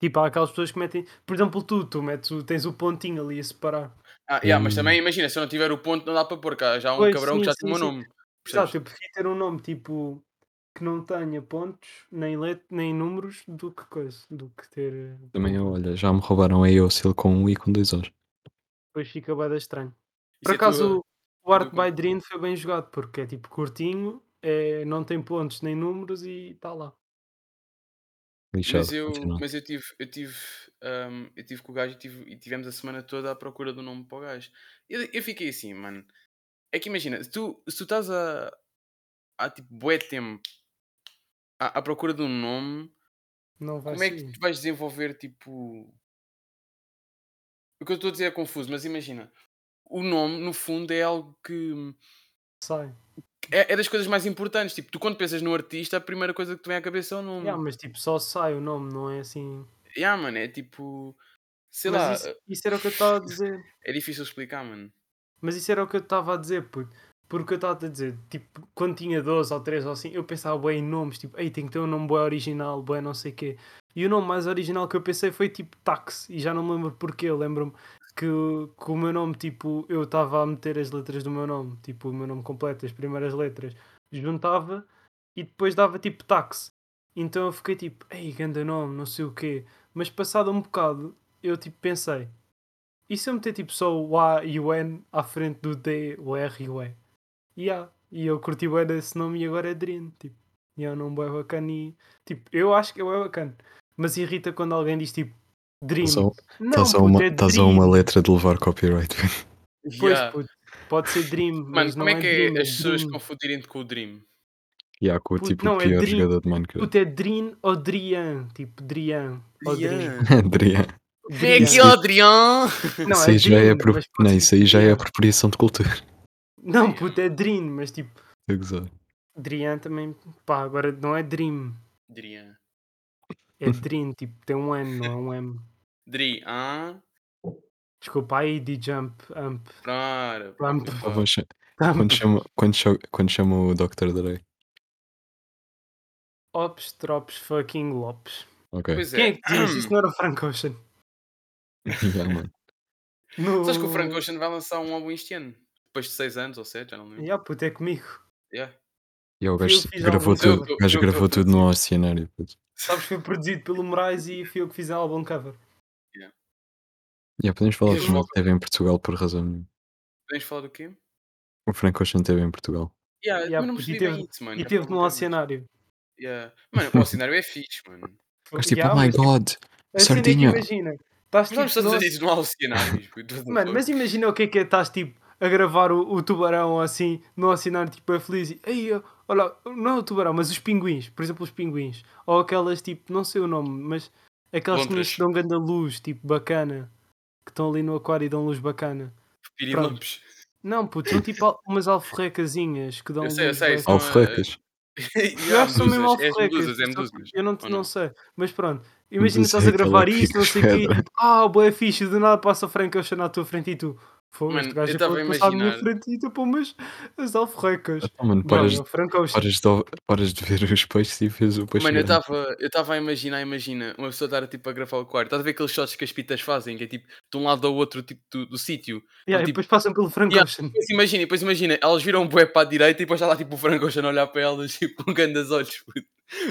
Tipo, há aquelas pessoas que metem, por exemplo, tu, tu metes, o- tens o pontinho ali a separar.
Ah, yeah, mas
Hum.
também imagina, se eu não tiver o ponto, não dá para pôr cá. Já há um
Pois,
cabrão
sim,
que já
sim,
tem o meu
sim.
nome. percebes?
Exato, eu prefiro ter um nome, tipo, que não tenha pontos, nem letras, nem números, do que coisa, do que ter... eh,
Também, olha, já me roubaram a Eocil com um i com dois O's.
Depois fica bem estranho.
Isso
Por
é
acaso,
tudo-
o Art
tudo
by
com-
Dream foi bem jogado, porque é tipo curtinho, é, não tem pontos nem números e está lá.
Lixado.
Mas eu,
continua.
mas eu tive, eu tive, hum, eu tive com o gajo e, tive- e tivemos a semana toda à procura do nome para o gajo. Eu, eu fiquei assim, mano. É que imagina, se tu, se tu estás a, a tipo bué tempo à, à procura de um nome,
Não vai
como é
sair.
que tu vais desenvolver tipo. O que eu estou a dizer é confuso, mas imagina, o nome no fundo é algo que hum,
Sai.
é, é das coisas mais importantes. Tipo, tu quando pensas no artista, a primeira coisa que te vem à cabeça é o nome.
Yeah, mas tipo, só sai o nome, não é assim.
Yeah, mano, é tipo. Sei
mas
lá, eh,
isso, isso era o que eu estava a dizer.
é difícil explicar, mano.
Mas isso era o que eu estava a dizer, puto. Porque eu estava a dizer, tipo, quando tinha 12 ou 13 ou assim, eu pensava bem em nomes, tipo, ei, tem que ter um nome bem original, bem não sei quê. E o nome mais original que eu pensei foi tipo táxi, e já não me lembro porquê, eu lembro-me que, o- que o meu nome, tipo, eu estava a meter as letras do meu nome, tipo, o meu nome completo, as primeiras letras, juntava e depois dava tipo táxi. Então eu fiquei tipo, ei, ganda nome, não sei o quê. Mas passado um bocado, eu tipo pensei, e se eu meter tipo só o A e o N à frente do D, o R e o E? E há. E eu curti bem desse nome e agora é Dream. Tipo, e é um nome bem bacana e. Tipo, eu acho que é bué bacana. Mas irrita quando alguém diz tipo Dream.
Estás a-
Não,
Estás a
puto,
um, tá uma-
é
estás a uma
Dream.
letra de levar copyright.
Pois,
Yeah.
puto, pode ser Dream.
Mano,
mas
como
não
é que é
dream,
as pessoas
Dream.
confundirem-te com o Dream?
yeah, com o
Puto,
tipo
não,
o
é
pior
Dream.
jogador de Minecraft.
Puto, é Dream ou Drian. Tipo, Drian. Ou Dream.
Yeah. é
Adriano.
Vem aqui,
Isso aí-
Adrian!
Não,
isso aí já é,
Dream,
apro...
mas
não,
pode ser
isso aí já é
Dream.
apropriação de cultura.
Não, puto, é Dream, mas tipo.
Exato.
Drian também, pá, agora não é Dream,
Adrian.
é Dream, tipo, tem um N, não é um M.
Drian.
Desculpa, aí de jump, amp,
Claro.
Pronto.
Ou
Desculpa.
vão cha-
amp,
Quando chama, quando, cho- quando chama o Dr. Dre.
ops, drops, fucking lops.
Ok.
Pois
Quem é
é.
que dizia isto? Isso não era o Frank Ocean.
Yeah, mano.
No...
Sabes que o Frank Ocean vai lançar um álbum este ano? Depois de 6 anos ou 7, já não lembro.
Yeah, puto, é comigo.
Yeah.
E o
Eu
gajo
fiz
gravou
algum-
tudo.
Eu-
O gajo
eu- eu-
gravou
eu-
tudo no oceanário. puto.
Sabes que foi produzido pelo Moraes e fui eu que fiz a álbum cover.
Yeah, podemos falar
Eu-
que não esteve em Portugal por razão nenhuma.
Podemos falar do quê?
O Frank Ocean esteve em Portugal.
Yeah,
Yeah,
mas não
porque
percebi
teve-
bem isso, mano.
E
Já
teve
foi há
no
um bocado.
cenário.
Yeah. Mano, o cenário é fixe, mano.
Mas tipo,
Yeah,
oh my
mas, tipo,
god,
a cena é que
sardinha.
imagina,
Nós
estás tipo,
estamos a
no-
dizer não há cenários. puto.
Mano, mas imagina o que é que é, estás tipo a gravar o, o tubarão assim, não assinar tipo a feliz e aí, ó, olha, não é o tubarão, mas os pinguins, por exemplo, os pinguins, ou aquelas tipo, não sei o nome, mas aquelas
Lontras.
tinhas que dão grande luz, tipo bacana, que estão ali no aquário e dão luz bacana.
Pirilampos.
Não, puto, são tipo al- umas alforrecazinhas que dão
Eu sei, eu
luz. é
sei,
bacana.
são-
Alforrecas.
Eu acho que são mesmo
medusas, é as
alforrecas,
medusas, é
só que
medusas.
Eu não,
ou
não?
não?
sei, mas pronto. Imagina
Medusa
estás a
é aquela
gravar
que
isso,
fica
não
de
sei o quê, e
pedra.
tipo, ah, boa ficha, do nada passa o Frank Ocean à tua frente e tu, fogo,
Mano,
este
eu
gajo
tava a
acabou de passar à minha
imaginar.
frente e tu pô, mas as alforrecas.
Então, mano,
Bro,
paras,
é o Frank Ocean.
paras, de, paras de ver os peixes e vês o peixe.
Mano, eu
grande.
estava eu tava a imaginar, imagina, uma pessoa estar tipo, a gravar o quarto. Estás a ver aqueles shots que as pitas fazem, que é tipo de um lado ao outro tipo, do, do sítio.
Yeah, e
tipo-
depois passam pelo Frank
Yeah.
Ocean.
Depois imagina, depois imagina, elas viram um bué para a direita e depois está lá tipo o Franco Ocean a olhar para elas, tipo com grandes olhos, puto.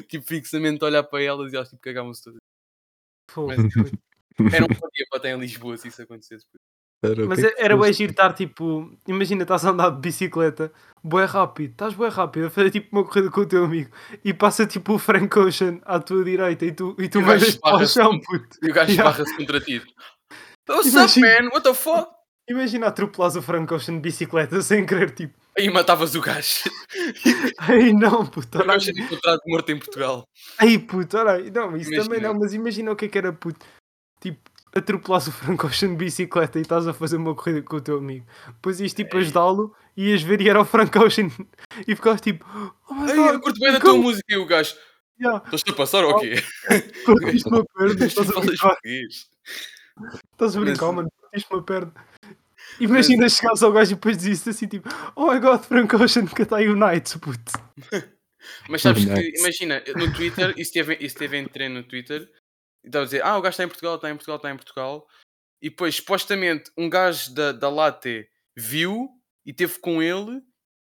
tipo fixamente a olhar para elas e elas tipo cagavam-se todas.
Fogo,
Mas-
puto.
Era um bom dia para estar em Lisboa se isso acontecesse. puto.
Era, o
Mas
que é
é-
que
era
tu
bué
fazes?
giro estar tipo, imagina estás a andar de bicicleta, bué rápido, estás bué rápido a fazer tipo uma corrida com o teu amigo e passa tipo o Frank Ocean à tua direita e tu, e tu
E o gajo
mandas para o
esbarra-se
chão,
com-
puto.
E o gajo
Yeah.
barra-se contra ti. tipo, What's up,
Imagina.
man? What the fuck?
Imagina atropelares o Frank Ocean de bicicleta sem querer, tipo,
Aí matavas o gajo.
ai não, puto,
Franco
olha
Ocean encontrado morto em Portugal.
aí, ai puto, olha aí. Não, isso
Imagina.
também não, mas imagina o que é que era puto. Tipo, atropelares o Frank Ocean de bicicleta e estás a fazer uma corrida com o teu amigo. Depois ias tipo
Ei.
ajudá-lo e ias ver e era o Frank Ocean e ficavas tipo, oh my
Ei, eu
god,
curto bem da
Franco,
tua música e o gajo.
é?" yeah,
Estás-te a passar ou quê?
curtiste uma coisa,
Mas tu
estás a
falas
brincar,
português.
estás a
Mas-
brincar, mano. fiz uma perna. Imagina chegares ao gajo e depois dizes assim tipo, oh my god, Frank Ocean que está aí o Knights, puto.
Mas sabes que,
Nice.
imagina, no Twitter, isso teve, isso teve em treino no Twitter, e estava a dizer, ah, o gajo está em Portugal, está em Portugal, está em Portugal, e depois, supostamente, um gajo da, da Latte viu e teve com ele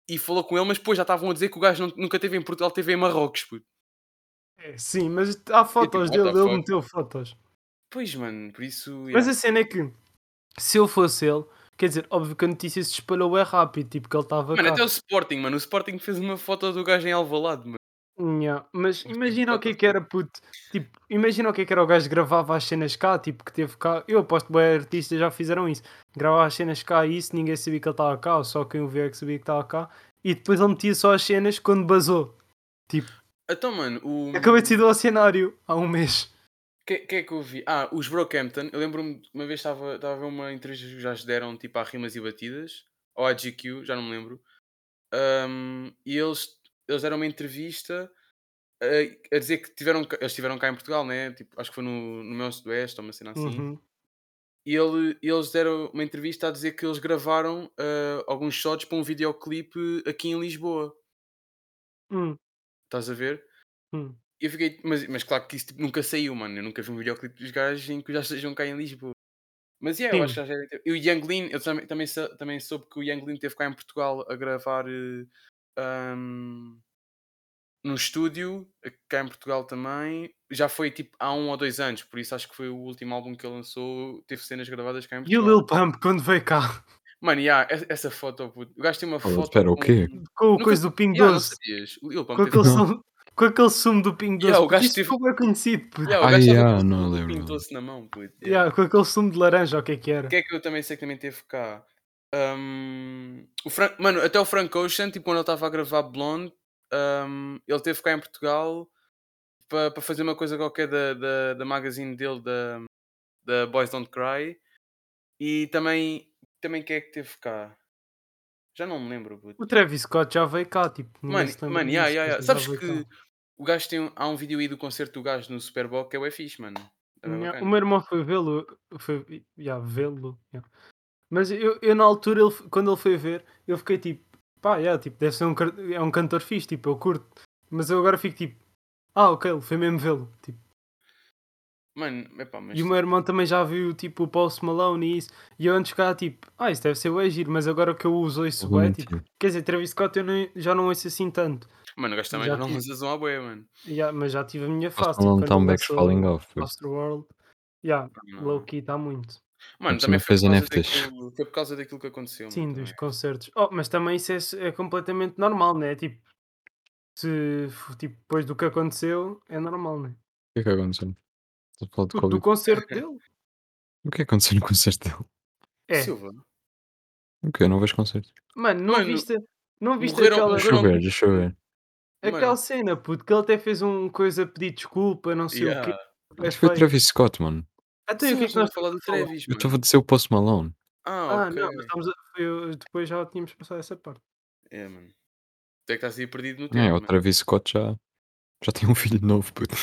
e falou com ele, mas depois já estavam a dizer que o gajo nun- nunca teve em Portugal, teve em Marrocos, puto.
É, sim, mas
tipo,
há fotos
what
dele,
the
ele
fuck?
meteu fotos.
Pois, mano, por isso.
Mas
yeah.
a cena é que, se eu fosse ele, quer dizer, óbvio que a notícia se espalhou é rápido, tipo que ele estava
Mano,
cá.
até o Sporting, mano, o Sporting fez uma foto do gajo em Alvalade, mano.
Nhá, Mas
Mas
imagina
tipo,
o que é
what the
que era, puto. Tipo, imagina o que é que era o gajo que gravava as cenas cá, tipo, que teve cá. Eu aposto que bem artistas já fizeram isso. Gravava as cenas cá e isso, ninguém sabia que ele estava cá, ou só quem o via é que sabia que estava cá. E depois ele metia só as cenas quando basou.
Então, mano, o.
Acabei de sair do ao cenário há um mês.
Que, que é que eu vi? Ah, os Brockhampton. Eu lembro-me de uma vez estava estava a ver uma entrevista que já lhes deram tipo a Rimas e Batidas ou à GQ, já não me lembro. Ahm, e eles, eles deram uma entrevista a, a dizer que tiveram, cá- eles estiveram cá em Portugal, né? Tipo, acho que foi no, no Meu Sudoeste ou uma cena assim.
Uhum.
E ele- eles deram uma entrevista a dizer que eles gravaram ah, alguns shots para um videoclipe aqui em Lisboa.
Hum,
Estás a ver?
hum.
E eu fiquei, mas, mas claro que isso tipo, nunca saiu, mano. Eu nunca vi um videoclipe dos gajos em que já estejam cá em Lisboa. Mas é, eu acho que já devem ter- E o Yang Lin, eu também, também, sou- também soube que o Yang Lin esteve cá em Portugal a gravar eh, ahm, num estúdio, eh, cá em Portugal também. Já foi tipo há um ou dois anos, por isso acho que foi o último álbum que ele lançou. Teve cenas gravadas cá em
E o
Portugal.
Lil Pump quando veio cá,
Mano, yeah, e- essa foto, puto. O gajo tem uma foto.
espera, o
com-
quê?
com o
Nunca-
coisa do Ping
Yeah, não
Doce,
sabias. O Lil Pump
com
teve-
aquele
Não.
sumo, com aquele sumo do Ping Doce.
um Yeah, o gajo
Isso
teve-
ficou bem conhecido, puto.
Yeah, o
Ah,
gajo estava
yeah,
com
não
um
lembro, não.
pintoço na mão, puto. Yeah.
Yeah, com aquele sumo de laranja, o que é que era?
O que é que eu também sei que também teve cá? Ahm, o Fran- Mano, até o Frank Ocean, tipo, quando ele estava a gravar Blonde, ahm, ele teve cá em Portugal para fazer uma coisa qualquer da, da, da magazine dele, da, da Boys Don't Cry. E também, também quem é que teve cá? Já não me lembro, puto.
O Travis Scott já veio cá, tipo, ninguém
Mano,
se lembra
mano, yeah,
disso,
yeah, yeah.
mas
sabes
já veio
que o gajo tem um- há um vídeo aí do concerto do gajo no Super Bowl que é o fixe, mano. É
cá.
bem
Yeah, O
bacana.
meu irmão foi vê-lo, foi, yeah, vê-lo, yeah. Mas eu, eu na altura, ele, quando ele foi ver, eu fiquei tipo, pá, yeah, tipo, deve ser um, car- é um cantor fixe, tipo, eu curto. Mas eu agora fico tipo, ah, ok, ele foi mesmo vê-lo. Tipo.
Mano, epá, mas
E o meu irmão também já viu, tipo, o Post Malone e isso. E eu antes cá, tipo, ah, isso deve ser o giro, mas agora que eu uso isso,
Algum
bué, tipo,
motivo.
quer dizer, Travis Scott eu não- já não ouço assim tanto.
Mano, o gajo também
Já
já não
tive.
usa zoom à boia, mano.
Yeah, mas já tive a minha
Post
face.
Malone
tipo,
está
quando
um
ele
backs
lançou
falling off. pô.
Astroworld. Yeah,
Não.
low-key está muito.
Mano,
Ainda por
também
cima
foi
fez
por, causa
NFTs.
daquilo, foi por causa daquilo que aconteceu.
Sim,
mano,
dos
também.
concertos. Oh, mas também isso é, é completamente normal, né? Tipo, se f- tipo, depois do que aconteceu, é normal, né?
O que é que aconteceu? Estou a falar de
Puto,
Covid.
Do concerto dele?
O que é que aconteceu no concerto dele?
É.
Silva.
O quê? Eu não vejo concerto.
Mano, não
Mano,
viste, não viste
morreram-
aquela,
Deixa eu
Agora-
ver, deixa eu ver.
aquela
mano.
cena, puto, que ele até fez um coisa a pedir desculpa, não sei o quê.
Yeah.
É
Acho que foi o
feio.
Travis Scott, mano.
Até
Sim,
o que é
mas
que
estamos
nós
a falar do
falar?
Travis,
Eu
mano.
estava a dizer o Post Malone.
Ah,
Ah,
ok.
não, mas estamos a- foi o- depois já tínhamos passado essa parte.
É, mano. Tu é que estás aí perdido no tempo.
É, o
mano.
Travis Scott já, já tem um filho novo, puto.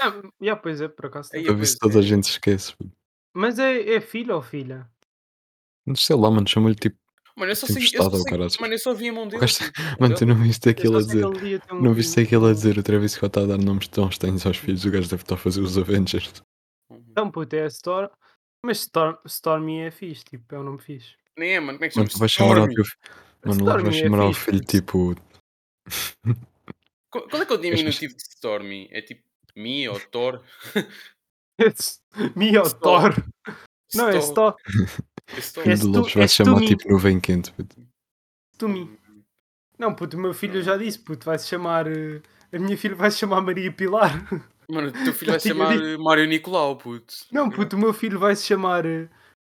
Ah, yeah, pois é, por acaso.
Aí
tem.
eu-
Para ver se
pois
toda
é.
a gente se esquece. puto.
Mas é, é filho ou filha?
Não sei lá, mano, chama-lhe tipo.
Mano, eu só
Temos
sei. Eu só
estado ao
sei-
caraças.
mano, eu só vi a mão dele.
gajo-
tipo,
Mano,
dele.
tu não viste
Eu só
aquilo a
sei que
dizer.
ele devia ter um
Não viste
filho.
aquilo a dizer. O Travis Scott está a dar nomes tão estranhos aos filhos. O gajo deve estar a fazer os Avengers.
Então, puto, é a Storm. Mas Storm, Stormy é fixe, tipo, é um nome fixe.
Nem é, mano. Como é que
Mano,
chama?
tu vais chamar ao
Stormy.
teu Mano, lá
Stormy
vais
é
chamar ao
fixe,
filho
puto.
tipo.
Qual qual é que é o diminutivo de Stormy? É tipo Mi ou Thor?
Mio
Storm.
Thor. Não, é
Storm.
Storm.
É Storm.
Filho
És
do
tu-
Lopes vai
és tu
chamar
mim.
tipo nuvem quente. puto.
Tumi. Não, puto, o meu filho eu já disse, puto, vai-se chamar. eh, A minha filha vai se chamar Maria Pilar.
Mano, o teu filho vai se
tinha
chamar
dito.
eh, Mário Nicolau, puto.
Não, puto, o meu filho vai se chamar. eh,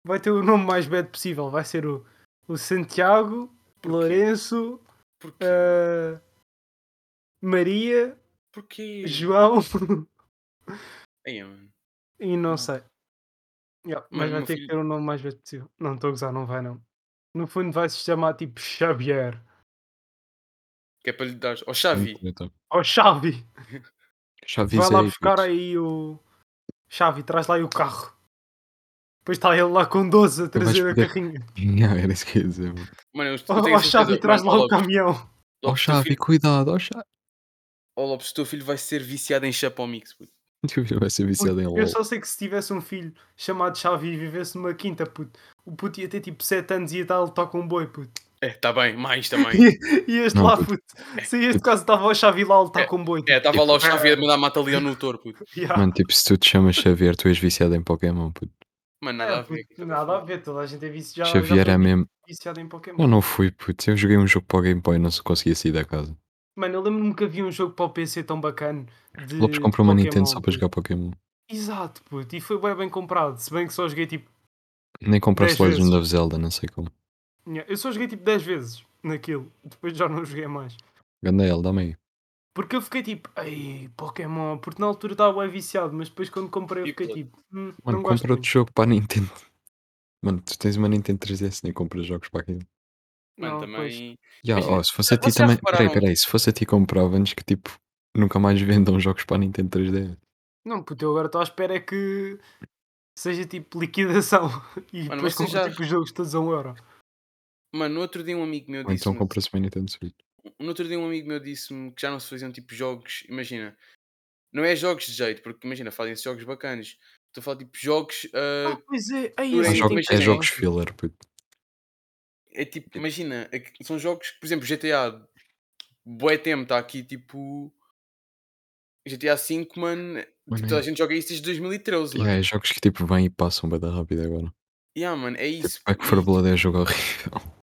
Vai ter o nome mais bad possível. Vai ser o, o Santiago,
Porquê?
Lourenço,
Porquê?
eh, Maria,
Porquê?
João
Aí, mano. Não.
e não sei. Yeah,
Mano,
mas vai
meu
ter que
filho-
ter o nome mais bad possível. Não estou a gozar, não vai não. No fundo vai se chamar tipo Xavier.
Que é para lhe dar. Ó, Xavi.
Então,
Ou Xavi.
Já vi
Vai
isso
lá
aí. tipo.
buscar
puto.
aí o. Xavi, traz lá aí o carro. Depois está ele lá com 12 a
vais
trazer a
poder-
carrinha.
Não, era isso que eu ia dizer. mano.
Mano, eu, eu
Ó,
tenho
ó,
a certeza
chave
que
e traz
vai-
lá
ó,
o
Lopes,
caminhão.
Ó
Lopes, teu
Xavi,
filho-
cuidado, ó Xavi.
ó, Lopes, o teu filho vai ser viciado em chapa mix, puto.
Vai ser viciado em LOL.
Eu só sei que se tivesse um filho chamado Xavi e vivesse numa quinta, puto, o puto ia ter tipo 7 anos e ia estar a lutar com um boi, puto.
É, tá bem, mais também.
E este
Não,
lá,
puto.
puto. Se este caso estava o Xavi lá a lutar com um boi.
É,
Tipo,
estava lá o Xavier a mandar matar leão no touro, puto.
yeah.
Mano, tipo, se tu te chamas Xavier, tu és viciado em Pokémon, puto.
Mano,
É,
nada a ver.
puto, nada a ver, toda a gente é vici- já- já
Xavier
foi
é mesmo.
viciado em Pokémon.
Eu não fui, puto. Eu joguei um jogo para o Game Boy e não se conseguia sair da casa.
Mano, eu lembro-me que havia um jogo para o PC tão bacana. De
Lopes comprou uma Nintendo
Pokémon,
só para
puto.
jogar Pokémon.
Exato, puto. E foi bem, bem comprado. Se bem que só joguei tipo.
Nem compraste
Dez
Legend
vezes.
of Zelda, não sei como.
nha, Eu só joguei tipo 10 vezes naquilo. Depois já não joguei mais.
Gandel, dá-me aí.
Porque eu fiquei tipo, ei, Pokémon. Porque na altura estava bem viciado, mas depois quando comprei eu fiquei
Piccolo.
tipo, hum,
Mano,
não gosto.
compra outro
Muito.
jogo para a Nintendo. Mano, tu tens uma Nintendo 3DS, nem compras jogos para aquilo.
Mano,
Não,
também.
Ya,
Mas,
ó, se fosse a ti
vocês já
também. Peraí,
repararam-
peraí. Se fosse a ti, compravas que tipo. Nunca mais vendam jogos para a Nintendo 3DS.
Não, puto, eu agora estou à espera é que seja tipo liquidação. E
Mano,
depois
vocês
compro
já-
tipo, os jogos todos a um euro.
Mano, no outro dia um amigo meu
Ou
disse.
então compras uma Nintendo Switch.
No outro dia um amigo meu disse-me que já não se faziam tipo jogos, imagina, não é jogos de jeito, porque imagina, fazem-se jogos bacanas. Estou a falar tipo jogos, ah,
Ah, pois é, ei,
Por
Há
aí,
esse
jogo-
tipo-
é
imagina.
jogos filler, puto.
é tipo, imagina, é que são jogos, que, por exemplo, GTA, bué tempo, está aqui tipo, GTA V, mano, tipo,
Mano,
toda a
é-
gente joga isso desde 2013,
Ya,
mano.
é jogos que tipo vêm e passam bem rápido agora.
Yeah, mano, é
Tipo,
isso.
Back for Blood é um jogo horrível.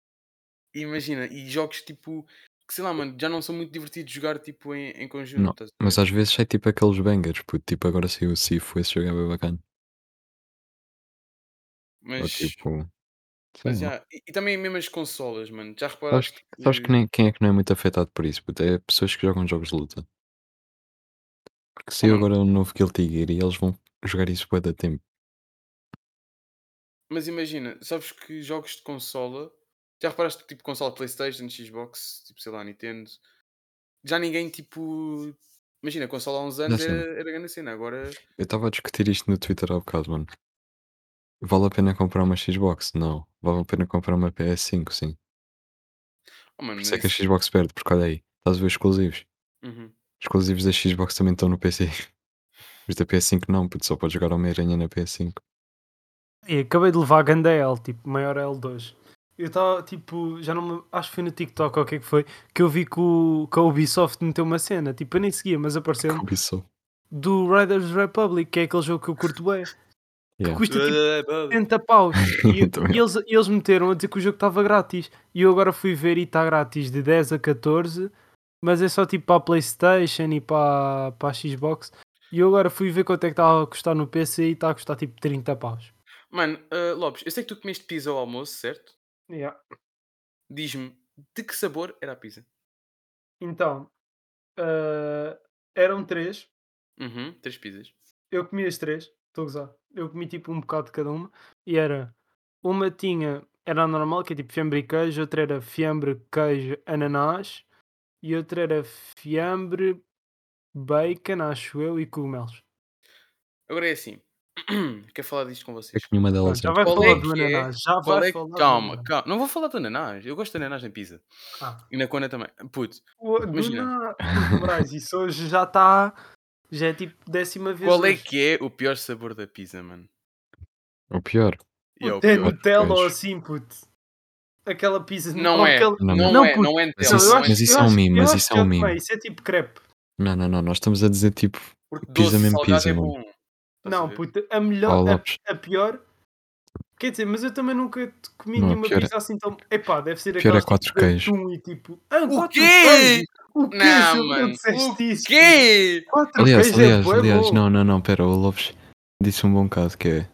E, imagina, e jogos tipo, que sei lá, mano, já não são muito divertidos de jogar tipo em, em conjunto.
Não,
estás a ver?
Mas às vezes sai tipo aqueles bangers, puto. Tipo, agora saiu o Sifo, esse jogo é bem bacana. Ou
Mas,
tipo.
mas,
sei lá.
yeah, E, e também mesmo as consolas, mano, já
Sabes,
reparaste?
que- sabes que nem, quem é que não é muito afetado por isso? Puto? É pessoas que jogam jogos de luta. Porque se
Ah, mano.
agora um novo Guilty Gear e eles vão jogar isso bué da tempo.
Mas imagina, sabes que jogos de consola. Já reparaste que tipo consola Playstation, Xbox, tipo, sei lá, Nintendo. Já ninguém tipo. Imagina, consola há uns anos
sei.
era, era grande cena, agora.
Eu estava a discutir isto no Twitter há bocado, mano. Vale a pena comprar uma Xbox? Não. Vale a pena comprar uma PS5, sim.
Oh, mano,
Por
mas
isso é que a
isso-
Xbox perde, porque olha aí, estás a ver os exclusivos.
Uhum.
Os exclusivos da Xbox também estão no PC. Os da PS5 não, puto, só podes jogar Homem-Aranha na PS5.
E acabei de levar a ganda L, tipo, maior L2. Eu estava, tipo, já não me... Acho que foi no TikTok ou o que é que foi, que eu vi que, o, que a Ubisoft meteu uma cena. Tipo, eu nem seguia, mas apareceu
Com Ubisoft.
do Riders Republic, que é aquele jogo que eu curto bem. Que
Yeah.
custa, tipo, 70 paus. E,
Então,
e eles, e eles meteram a dizer que o jogo estava grátis. E eu agora fui ver e está grátis de 10 a 14, mas é só tipo para a Playstation e para, para a Xbox. E eu agora fui ver quanto é que estava a custar no PC e está a custar tipo 30 paus.
Mano, ah, Lopes, eu sei que tu comeste pizza ao almoço, certo?
Yeah.
Diz-me, de que sabor era a pizza?
Então, ah, eram 3,
Uhum, três pizzas.
eu comi as 3, estou a gozar. Eu comi tipo um bocado de cada uma. E era, uma tinha, era a normal, que é tipo fiambre e queijo, outra era fiambre, queijo, ananás. E outra era fiambre, bacon, acho eu, e cogumelos.
Agora é assim. Quero falar disto com vocês.
eu comi uma delas. antes.
Pronto, já vai
Qual
falar
é
do
que é-
ananás, já
Qual
vai
é que-
falar
Calma,
do
calma. Não vou falar do ananás. Eu gosto de ananás na pizza.
ananás.
E na cona também. Puto,
Ah, do
Imagina.
na- Puto Moraes, isso hoje já está, já é tipo décima vez
Qual é
hoje.
que é o pior sabor da pizza, mano?
O pior.
E é o
Puto, é
pior.
Nutella ou
Queijo.
assim, puto. Aquela pizza de
Não
ou
é.
aquela-
Não,
Não,
não,
é,
puto.
não é
Mas
Nutella.
isso-
não
mas
é
isso é um
acho-
meme,
eu
mas
acho
isso
que
é um
já tomei,
meme.
Isso é tipo crepe.
Não, não, não. Nós estamos a dizer tipo.
Porque
Pizza
doce
mesmo
salgado
pizza,
é
mano.
bom. Estás a
Não,
ver?
puta, a melhor, é
Paulo
a-
Lopes.
a, pior. Quer dizer, mas eu também nunca t- comi
Não, a
nenhuma
pior é-
pizza assim tão. Epá, deve ser
pior é
aquelas
quatro
tipo de
queijos.
atum e tipo. Ah,
O
quatro
quê?
queijos! O quê?
Não, mano,
Não, mano. disseste isso?
Quê?
Quatro
Aliás,
queijos é
aliás,
bué
aliás.
bom.
Não, não, não. Pera, o Lopes disse um bom caso que é.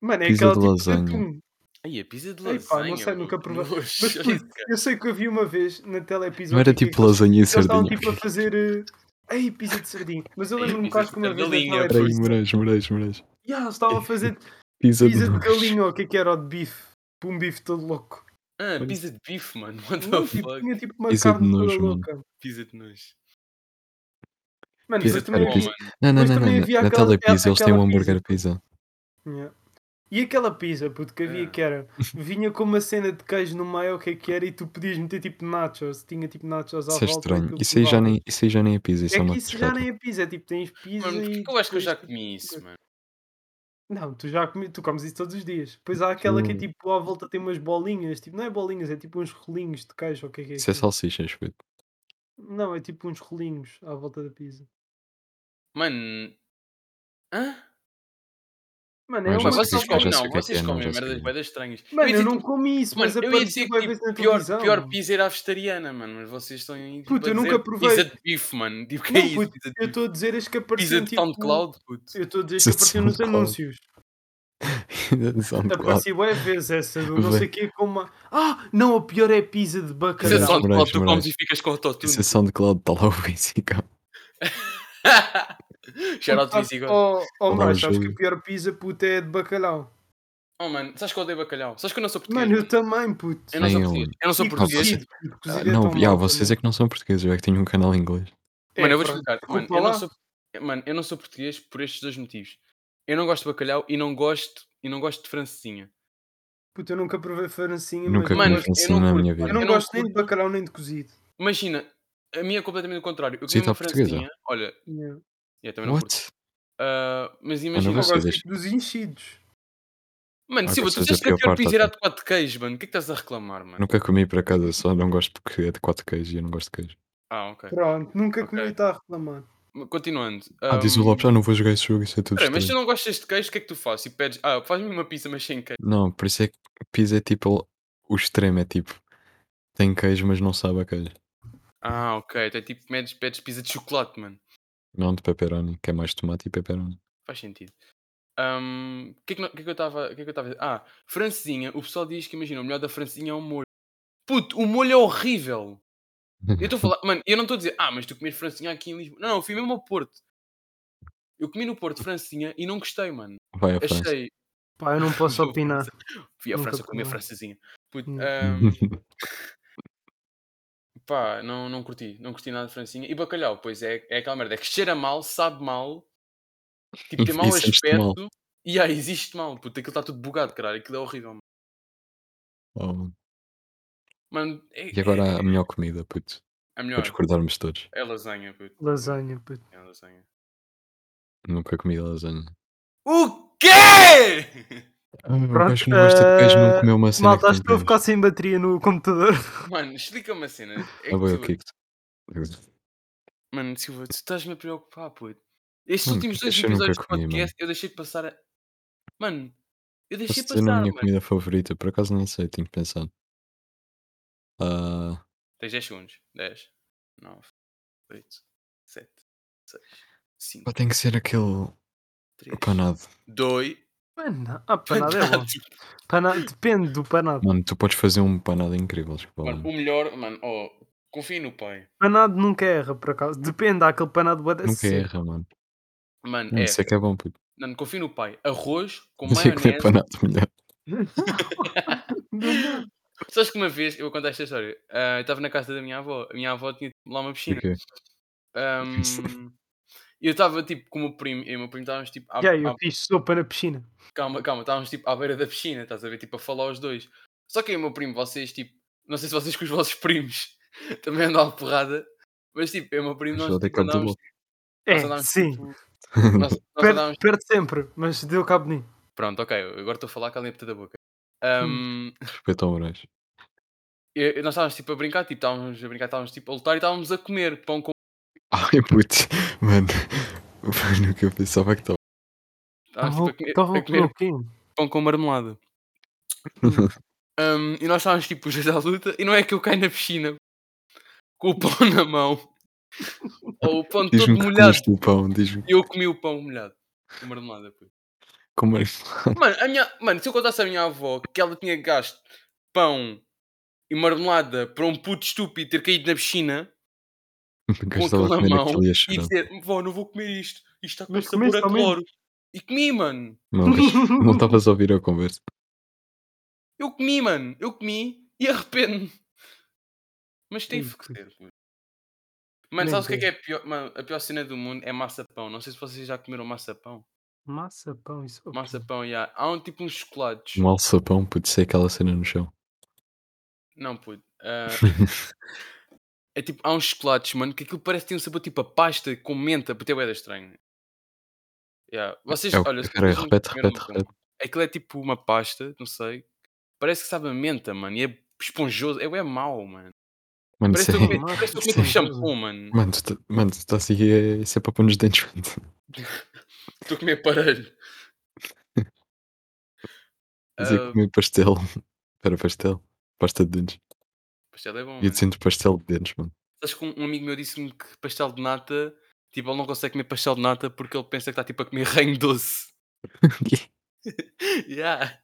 Mano, é
Pizza
aquela
de
tipo
lasanha.
de atum.
Aí, a pizza de lasanha.
Epá, não sei, nunca
puto,
provei.
nojo,
Mas
é
puto,
isso, cara.
eu sei que eu vi uma vez na telepisão.
Não era tipo lasanha e
Eles estavam
sardinha.
tipo a fazer. eh, Ei, pizza de sardinha. Mas eu
Ei,
lembro-me
pizza
quase
de
que uma vez
sardelinha,
na
puto.
Peraí,
televisão.
Moraes, Moraes, Moraes.
Yeah, eles estavam a fazer
Pizza de
pizza de
Moraes.
galinha ou o que é que era, ou de bife. Para um bife todo louco.
Ah, pizza de bife, mano. What
Não,
the
tipo,
fuck?
tinha tipo uma
Isso é de
carne toda
nojo, mano.
louca. Mano,
Pizza de nojo.
mas
Pizza
Pizza
de
de
também
cara,
bom,
pizza.
mano.
Não, não,
Mas é
não.
também
não.
havia
Na
aquela-
telepizza eles têm
aquela
um hambúrguer pizza.
havia- Yeah. E aquela pizza, puto, que havia
Yeah.
que era. Vinha com uma cena de queijo no meio, o que é que era, e tu podias meter tipo nachos. Tinha tipo nachos à
Isso é
volta.
estranho.
aquilo
Isso aí, já
provava.
nem, isso aí já nem é pizza, isso é,
É
uma
que isso já
tijuca.
nem é pizza, é tipo, tens pizza.
Mano,
e
porque eu acho que eu
depois
já
tens-
comi isso, mano.
Não, tu já comi, tu comes isso todos os dias. Depois há aquela que é
Hum.
tipo, à volta tem umas bolinhas, tipo, não é bolinhas, é tipo uns rolinhos de queijo, ou o que é que é?
Isso é
aquilo?
salsichas, puto.
Não, é tipo uns rolinhos à volta da pizza.
Mano. Hã?
Mano,
Mas
é
já
uma
sei
Vocês
o que é,
salsicha.
comem,
já sei
não,
o que é que
vocês
é, não,
comem
já sei o
merdas
que é.
buedas estranhas.
Mano,
eu ia
eu
dizer
não comi isso, mas
Mano, eu ia
aparece
dizer
vai ver na
que tipo, pior,
televisão.
pior pizza era a vegetariana, mano. Mas vocês estão aí.
Puto,
a dizer
eu nunca provei.
Pizza de bife, mano. Tipo, que é
Não,
isso?
puto,
Pizza de
eu
bife.
estou a dizer as que
Pizza
apareciam
de
tipo.
SoundCloud, puto.
Eu estou a dizer as
Pizza
que
de
apareciam nos
SoundCloud.
anúncios.
é um
é
SoundCloud.
Aparecia boa vezes essa do não
Vê.
sei o quê, como uma. Ah, não, a pior é a pizza de
Pizza de
Moraes,
bacalhau.
SoundCloud, tu
Moraes.
comes e ficas com o autotune.
Isso é SoundCloud, está lá o Vinicius.
Shout out
Puto,
Easy God.
Oh, oh,
Olá,
mas sabes que
Júlio.
a pior pizza, puto, é a de bacalhau.
Oh, mano, sabes que eu odeio bacalhau? Sabes que eu não sou português?
Mano, eu
mano?
também, puto.
Eu não
Sim,
sou
eu-
português. Eu não sou
E
português.
cozido, puto, cozido é
não,
tão
yeah,
mau
vocês é
também.
que não são portugueses, eu é que tenho um canal em inglês.
Mano, eu vou
pronto,
explicar. Mano,
desculpa
eu não,
lá.
sou... mano, eu não sou português por estes dois motivos. Eu não gosto de bacalhau e não gosto, e não gosto de francesinha.
Puto, eu nunca provei francinha, mas.
Nunca
Mano,
comi
eu
francinha
não
na
curto,
minha
mano.
vida.
Eu não
eu não
gosto nem de
curto-
bacalhau nem de cozido.
Imagina, a minha é completamente o contrário. Eu
Sim,
comi uma
tá portuguesa.
francesinha. Olha,
Yeah.
eu também não curto.
What?
Ah, mas
não
imagina.
Eu
Vocês
gosto
deixam-
tipo, dos enchidos.
Mano,
Ah,
Silva, tu
vocês
disseste
a
que
pior
a pior
parte,
pizza era a
ok.
de 4 queijos, mano. O que é que estás a reclamar, mano?
Nunca comi por acaso, eu só não gosto porque é de 4 queijos e eu não gosto de queijo.
Ah, ok.
Pronto, nunca
Ok.
comi e está a reclamar.
Mas Continuando.
Ah, diz o
ahm,
Lopes, ah, não vou jogar esse jogo, isso é tudo
Então, Peraí, mas se tu
estranho.
não gostas de queijo, o que é que tu fazes? E pedes, ah, faz-me uma pizza, mas sem queijo.
Não, por isso é que pizza é tipo o extremo, é tipo, tem queijo, mas não sabe a queijo.
Ah, ok. Então é tipo, medes, pedes pizza de chocolate, mano.
Não de pepperoni, que é mais tomate e pepperoni.
Faz sentido. Ahm, O que, é que, no- o que é que eu estava que é que eu tava a dizer? Ah, francesinha. O pessoal diz que, imagina, o melhor da francesinha é o molho. Puto, o molho é horrível. Eu estou a falar, mano, eu não estou a dizer, ah, mas tu comes francesinha aqui em Lisboa. Não, não, eu fui mesmo ao Porto. Eu comi no Porto francesinha e não gostei, mano.
Vai à França.
Achei.
Pá, eu não posso
Nunca
opinar.
Fui à
Nunca
França comer
provei.
francesinha. Puto,
Hum.
ahm, Pá, não, não curti, não curti nada de francinha. E bacalhau, pois é, é aquela merda, é que cheira mal, sabe mal, tipo,
E-
tem
e
mau
sente-te mal.
aspecto e ah, existe mal, puta, aquilo está tudo bugado, caralho, aquilo é horrível. mano.
Oh,
Mano, é,
E agora a melhor comida, puto.
é a
Para
melhor,
discordarmos todos.
é lasanha, puto,
Lasanha, puto.
é lasanha.
Nunca comi lasanha.
O quê?
Ah, o
Pronto,
gajo que não gosta de queijo não
eh,
comeu uma cena. que
Malta,
tem
acho que estou a
queijo.
ficar sem bateria no computador.
Mano, explica-me a cena. É
Ah,
que
bem,
Silva,
ok.
mano, Silva, tu estás-me a preocupar, puto. Estes
Mano,
últimos dois
queijo Hum, eu nunca
episódios do
comi, mano.
podcast eu deixei de passar a... Mano, eu deixei
Posso dizer na
passar,
minha
mano.
comida favorita? Por acaso nem sei, tenho que pensar. Ah,
Tens 10 segundos. 10, 9, 8, 7, 6, 5,
pá, tem que ser aquele
3,
panado.
2.
Panada. Ah, panada
Tá,
é bom.
tipo,
Panada, depende do panado.
Mano, tu podes fazer um panado incrível. Tipo,
Mano, o melhor, mano, oh, confia no pai.
Panado nunca erra, por acaso. Depende, há aquele panado bué de
nunca
seco.
erra, mano.
Mano,
Não,
é.
Isso é que é bom, puto.
Mano, confia no pai. Arroz com
Não sei é, comer
maionese.
panado melhor.
Sabes que uma vez, eu vou contar esta história. ah, eu estava na casa da minha avó. A minha avó tinha tipo, lá uma piscina.
Porquê?
Ahm, eu estava tipo com o meu primo. Eu e o meu primo estávamos tipo. à-
Já, eu
à-
fiz sopa na piscina.
Calma, calma, estávamos tipo à beira da piscina, estás a ver? Tipo a falar os dois. Só que eu e o meu primo, vocês tipo, não sei se vocês com os vossos primos também andam à porrada, mas tipo, eu e o meu primo
Mas
nós
já dei
tipo,
cabo do
andávamos.
louco.
nós
É,
andávamos,
sim.
tipo, nós, nós
Perde,
andávamos-
perde sempre, mas deu cabo de mim.
Pronto, ok, eu agora estou a falar com a limpa da boca. Ahm,
Respeito ao Moraes.
eu- eu- nós estávamos tipo a brincar, tipo, estávamos a brincar, estávamos tipo a lutar e estávamos a comer pão com.
Ai, puto. Mano, mano, o que eu pensava que estava. Tá
Estávamos tipo,
Estavam-
a comer,
Estavam
a
a comer
comer
o quê?
pão com marmelada. Ahm, e nós estávamos tipo os dois à luta, e não é que eu caio na piscina com o pão na mão. Ou o pão todo
Diz-me que
molhado.
comeste o pão, diz-me
E eu comi o pão molhado. Com marmelada, pô.
como é
Mano, a minha... Mano, se eu contasse à minha avó que ela tinha gasto pão e marmelada para um puto estúpido ter caído na piscina
que
com
gastava a
aquilo na
comer
mão
aquilo e a
e
chorar.
dizer, vó, não vou comer isto. Isto está com
Mas
sabor a
comeste ao menos.
cloro. E comi, mano.
Não, mas não estavas a ouvir a conversa.
Eu comi, mano. Eu comi e arrependo-me. Mas teve
Ei,
que
puto.
ser. pô. Mano,
Nem
sabes o que é, que é a pior, mano, a pior cena do mundo? É maçapão. Não sei se vocês já comeram maçapão.
Massa, pão isso.
Maçapão, yeah. Há um tipo uns chocolates.
Um alçapão, puto, sei aquela cena no chão.
Não, puto. ah, é tipo, há uns chocolates, mano, que aquilo parece que tem um sabor tipo a pasta com menta, puto, é bué da estranho. Yeah. Vocês,
É o-
olha, se
peraí,
vocês não
repete,
comeram
repete,
nunca,
repete.
Aquilo é tipo uma pasta, não sei. Parece que sabe a menta, mano. E é esponjoso. É, é mau, mano.
Mano,
Parece
isso
que
é.
eu comi-
Massa,
parece que eu comi
sim.
tipo shampoo, mano.
Mano, tu tá- mano, tu estás aqui é- isso é para pôr nos dentes. mano.
Estou a comer aparelho.
Dizer
Ah,
é que comi pastel. Era pastel. Pasta de dentes.
pastel é bom.
E eu
mano.
sinto pastel de dentes, mano.
Sabes que um um amigo meu disse-me que pastel de nata, tipo, ele não consegue comer pastel de nata porque ele pensa que está tipo a comer reino doce. yeah.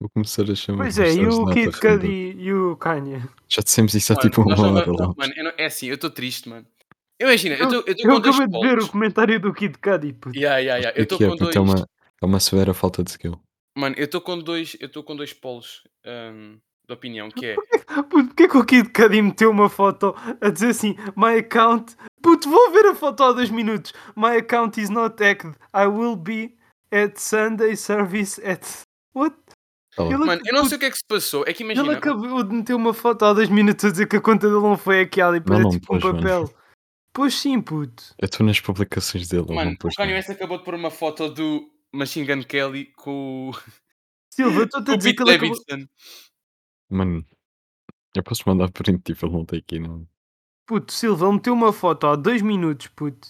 Vou começar a chamar.
Pois é, e
sabes,
o
nada,
Kid Cudi
renda.
e o Kanye?
Já dissemos isso há
Mano,
tipo uma
nós não
hora
vamos-
lá.
mano, eu não- é assim, eu estou triste, mano. Imagina, eu
Eu-
estou eu tô
Eu
com dois
acabei de ver
polos.
o comentário do Kid Cudi, puto.
Yeah, yeah, yeah. Eu
O
estou
que é,
com
puto,
dois.
é uma, é uma severa falta de skill.
Mano, eu estou com dois. Eu estou com dois polos hum, de opinião, que é.
Puto, porquê que o Kid Cudi meteu uma foto a dizer assim, my account... Puto, vou ver a foto há dois minutos. My account is not hacked. I will be at Sunday service at... What?
Tá lá.
Ele-
Mano, eu não
puto,
sei o que é que se passou. É que imagina.
Ele acabou de meter uma foto há dois minutos a dizer que a conta dele não foi hackeada e parece
não
tipo um
pôs, mano.
papel. Pois sim, puto.
Eu estou nas publicações dele, ele
Mano,
não
o
pôs.
Kanye
nada.
West acabou de pôr uma foto do Machine Gun Kelly com, o-
Silva, eu estou-te
com
a
o
dizer
Pete
que ele acabou...
Davidson.
Mano, eu posso mandar print, tipo, ele não tem aqui, não.
Puto, Silva, ele meteu uma foto há dois minutos, puto.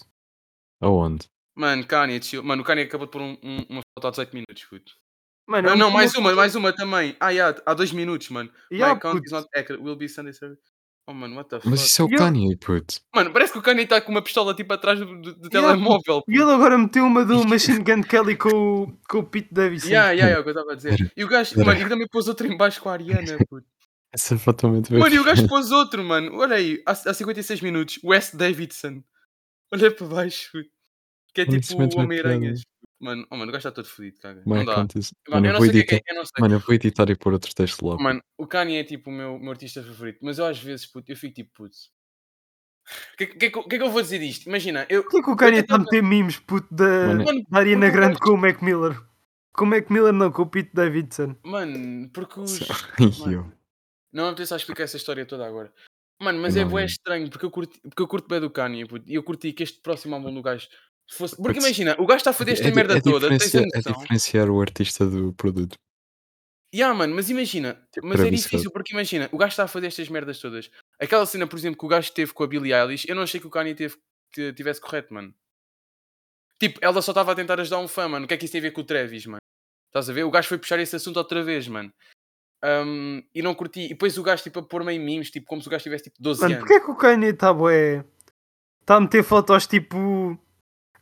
Aonde?
Mano, Kanye, chill. Mano, o Kanye acabou de pôr um- um- uma foto há 18 minutos, puto.
Mano,
Não,
ele
não,
meteu
mais
uma
uma, mais uma também. Ah, yeah, há dois minutos, mano.
Ya,
My account
puto.
is not accurate. Will be Sunday service. Oh, mano, what the fuck?
Mas isso é o
E ele-
Kanye, puto.
Mano, parece que o Kanye está com uma pistola tipo atrás do, do- do
Ya,
telemóvel.
E ele agora meteu uma do Machine Gun Kelly com o, com o Pete Davidson.
Yeah, yeah, yeah, é o que eu estava a dizer.
Era-
E o gajo,
era-
mano, e também pôs outro em baixo com a Ariana, puto.
Essa foto é muito bem.
Mano, e o gajo pôs outro, mano. Olha aí, há, há 56 minutos, Wes Davidson. Olha para baixo, puto. Que é
Mano,
tipo
isso mete
o
uma
Homem-Aranhas. Mano, oh, mano, o gajo está todo fodido, cara.
My
Não dá.
account is-
Mano,
Mano,
eu
eu
não
vou
sei o que é que
editar.
é, eu não sei.
Mano, eu vou editar e pôr outro texto logo.
Mano, o Kanye é tipo o meu, meu artista favorito, mas eu às vezes, puto, eu fico tipo, puto. O que, que, que, que é que eu vou dizer disto? Imagina, eu.
Porquê que o Kanye
Eu
está a
tentava-
meter mimos, puto, da,
Mano,
Mano,
da Ariana
porque o
Grande
gajo-
com o Mac Miller? Com o Mac Miller não, com o Pete Davidson.
Mano, porque os.
E
mano.
eu.
Não vamos pensar a explicar essa história toda agora. Mano, mas
Eu
é
não
bué
vi.
estranho, porque eu curto, porque eu curto bem do Kanye, puto, e eu curti que este próximo álbum do gajo fosse. Porque
Putz.
imagina, o gajo está a fazer esta
É di-
merda
é
toda, tens a
diferenciar- É
noção.
diferenciar o artista do produto.
Ya, mano, mas imagina,
Tipo,
mas é
Travis
difícil porque imagina, o gajo está a fazer estas merdas todas. Aquela cena, por exemplo, que o gajo teve com a Billie Eilish, eu não achei que o Kanye teve, que tivesse correto, mano. Tipo, ela só estava a tentar ajudar um fã, mano. O que é que isso tem a ver com o Travis, mano? Estás a ver? O gajo foi puxar esse assunto outra vez, mano. Ahm, e não curti. E depois o gajo, tipo, a pôr-me em memes, tipo, como se o gajo tivesse, tipo, 12
Mano,
anos.
porquê que o Kanye está bué... Está a meter fotos, tipo...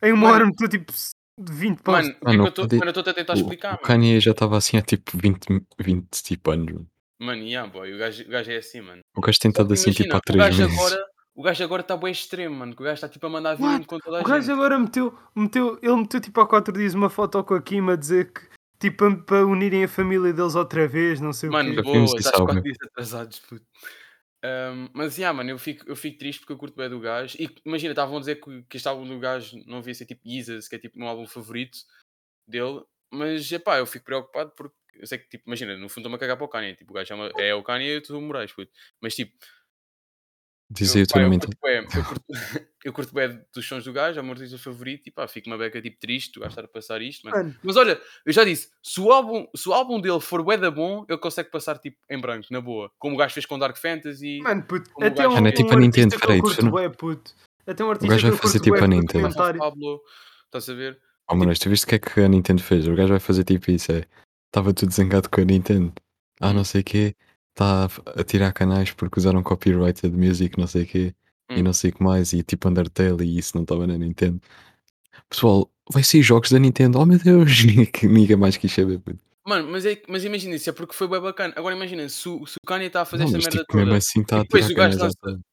Em uma
Mano.
hora meteu, tipo, 20
Mano,
posts.
o que é que
Mano,
eu estou
pode-
mano, eu estou a tentar
O-
explicar,
O
mano.
Kanye já estava assim há tipo 20, 20 tipo anos. mano.
Mano, ya, boy, o gajo, o gajo é assim, mano.
O gajo
Só
tentado
que
assim tipo
imagina,
há
o
3
gajo
meses.
agora... O gajo agora está bem extremo, mano. Que o gajo está tipo a mandar vir
What?
com toda a
O
gente.
gajo agora meteu, meteu, ele meteu tipo há 4 dias uma foto com a Kim a dizer que tipo a- para unirem a família deles outra vez, não sei o
Mano,
quê.
Já
boa,
vimos
estás
isso, óbvio.
4 dias atrasados, puto. Ahm, mas, yeah, mano, eu fico, eu fico triste porque eu curto bem do gajo. E imagina, estavam a dizer que, que este álbum do gajo não devia ser tipo Jesus, que é tipo o meu álbum favorito dele. Mas, epá, eu fico preocupado porque eu sei que, tipo, imagina, no fundo estou-me a cagar para o Kanye. Tipo, o gajo é, uma- é o Kanye e eu sou o Moraes, puto. Mas, tipo,
Dizia eu
pá, eu,
totalmente.
curto bué- eu, curto, eu curto bem dos sons do gajo, é o meu artista favorito. E, pá, fico uma beca, tipo, triste o gajo estar a passar isto, mano.
Mano,
Mas olha, eu já disse, se o álbum, se o álbum dele for bué da bom, ele consegue passar tipo em branco, na boa. Como o gajo fez com Dark Fantasy.
mano, puto,
Como o
até
gajo
um,
fez.
um
Mano, é
tipo a
artista
Nintendo,
que
peraí,
eu
tu
curto
não-
bué, puto. Até um artista
gajo
que eu
vai fazer
curto
tipo
bué,
a
puto,
Nintendo.
Rafa
comentário.
Pablo, estás a ver?
Oh, mano, mas tu viste o que é que a Nintendo fez? O gajo vai fazer tipo isso, é. Estava tudo zangado com a Nintendo. Ah,
Hum.
não sei o quê. Está a tirar canais porque usaram copyrighted music, não sei o quê. E
Hum.
não sei o que mais. E tipo Undertale e isso não estava na Nintendo. Pessoal, vai sair jogos da Nintendo. Oh meu Deus, que ninguém mais quis saber. puto.
Mano, mas, é, que- mas imagina isso, é porque foi bem bacana. Agora imagina, se, o- se o Kanye está a fazer
Não,
esta
mas
merda
tipo, mesmo
toda
assim está
E
a
depois
tirar
o gajo
canais à
lança-
toa.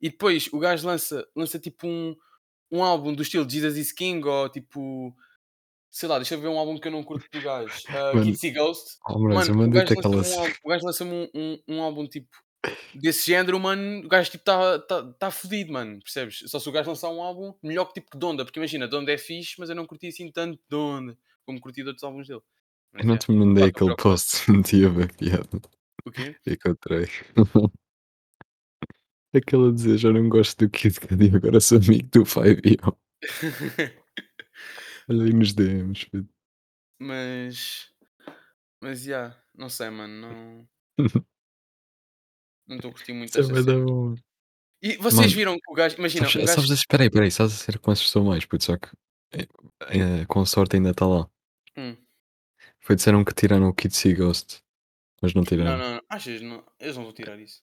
e depois o gajo lança, lança tipo um, um álbum do estilo Jesus is King ou tipo. Sei lá, deixa eu ver um álbum que eu não curto do gajo. Uh,
Mano.
Ghost.
Oh, mano, eu
Mano, o gajo
mandei-te
lançou-me
aquela.
um, álbum- o gajo lançou-me um, um, um álbum tipo desse género, mano, o gajo tipo está tá, tá fodido, mano, percebes? Só se o gajo lançar um álbum melhor que tipo que Donda, porque imagina, Donda é fixe, mas eu não curti assim tanto Donda como curti de outros álbuns dele. Mas,
Eu não
yeah.
te mandei
Pá,
aquele
preocupado.
post no dia baqueado.
O quê?
Encontrei. Aquele a dizer, já não gosto do Kid Cudi, agora sou amigo do Five O. Olha aí nos DMs. puto.
mas. Mas já, não sei, mano, não. Não estou a curtir muito
Isso é
esta
bué
cena.
da bom.
E vocês
Mano,
viram que o gajo. Imagina,
Sabes,
um gajo.
sabes, das- peraí, peraí, sabes a ser com essas pessoas mais, puto, só que eh, eh, com sorte ainda está lá.
Hum.
Foi disseram que tiraram o Kid Sea Ghost, mas não
Não,
tiraram.
não, não. Achas? Não, eles não vão tirar isso.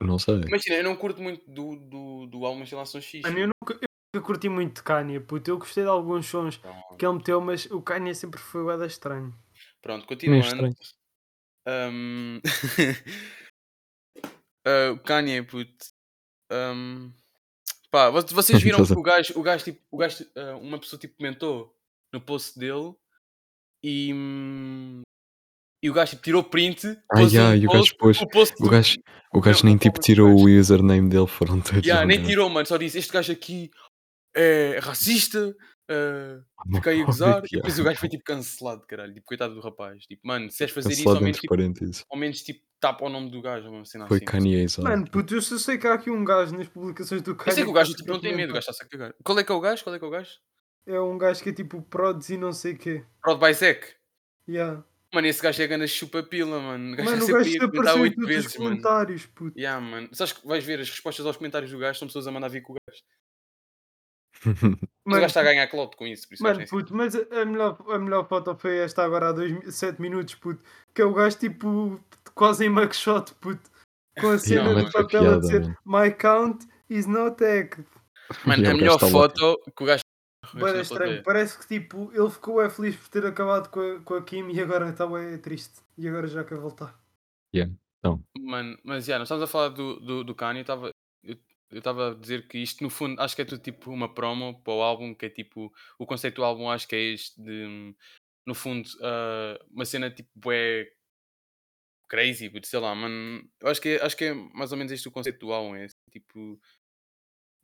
Não, sei.
Imagina, eu não curto muito do, do, do álbum, mas sei lá, são X.
Mano, eu nunca, eu nunca curti muito Kanye, puto. Eu gostei de alguns sons
Então,
que ele meteu, mas o Kanye sempre foi o Eda estranho.
Pronto,
Meio
continuando.
estranho.
Um... Ah, o Kanye, puto. Um... Pá, vo- vocês viram que o gajo, o gajo, tipo, o gajo, ah, uma pessoa tipo comentou no post dele e, hum, e o gajo tipo, tirou print,
Ai,
pôs um
ai, o gajo pôs.
o post
O gajo, o gajo
Não,
nem
não
tipo
fomos
tirou o
dois.
username dele, foram todos.
Yeah,
ao
nem
mesmo.
tirou, mano, só disse este gajo aqui é racista, ah,
Uma
fiquei a
cópia,
gozar, e
yeah.
depois o gajo foi tipo cancelado, caralho, tipo, coitado do rapaz, tipo, mano, se és fazer isso, ao
Cancelado é
menos,
entre
tipo,
parênteses.
ao menos tipo, tapa o nome do gajo, uma cena
Foi
assim.
Kanye sabe?
Mano, puto, eu só sei que há aqui um gajo nas publicações do Kanye.
Eu sei que o gajo tipo, não tem
comenta.
medo, o gajo está-se a cagar. Qual é que é o gajo? Qual é que é o gajo?
É um gajo que é tipo prods e não sei o quê.
Rod Bisek.
Yeah.
Mano, esse gajo é grande chupa-pila, mano. O gajo
Mano, o
já
gajo
sempre ia comentar
apareceu em
oito
todos os
vezes, mano.
comentários, puto.
Yeah, mano. Sabes que vais ver as respostas aos comentários do gajo, são pessoas a mandar vir com o gajo. Mas o
Mano,
gajo está a ganhar clout com é isso, por isso o gajo
Mano,
nem se-
puto, mas a a melhor, a melhor foto foi esta agora há 7 minutos, puto, que é o gajo tipo quase em mugshot, puto, com a cena
mano,
de
foi
papel a
piada,
dizer
mano.
My count is not egg.
Mano,
Yeah, o
a
gajo
melhor
está louco.
foto que o gajo. o gajo
Bora
na plateia.
estranho, parece que tipo, ele ficou é feliz por ter acabado com a, com a Kim e agora está é triste. E agora já quer voltar.
Mano, mas já, nós estávamos a falar do, do, do Kanye, eu estava eu, eu estava a dizer que isto no fundo acho que é tudo tipo uma promo para o álbum, que é tipo, o conceito do álbum acho que é este de hum, no fundo ah, uma cena tipo é crazy, puto, sei lá, mano, eu acho que, é- acho que é mais ou menos este o conceito do álbum, é tipo,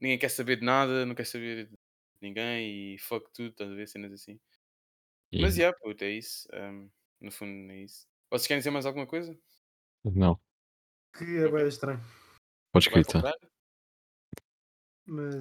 ninguém quer saber de nada, não quer saber de ninguém e fuck tudo, estás a ver cenas assim. Mas
E-
já, puto, é isso. hum, no fundo é isso. Vocês querem dizer mais alguma coisa?
Não,
Que é bem estranho.
podes
Vai
gritar.
comprar?
Mas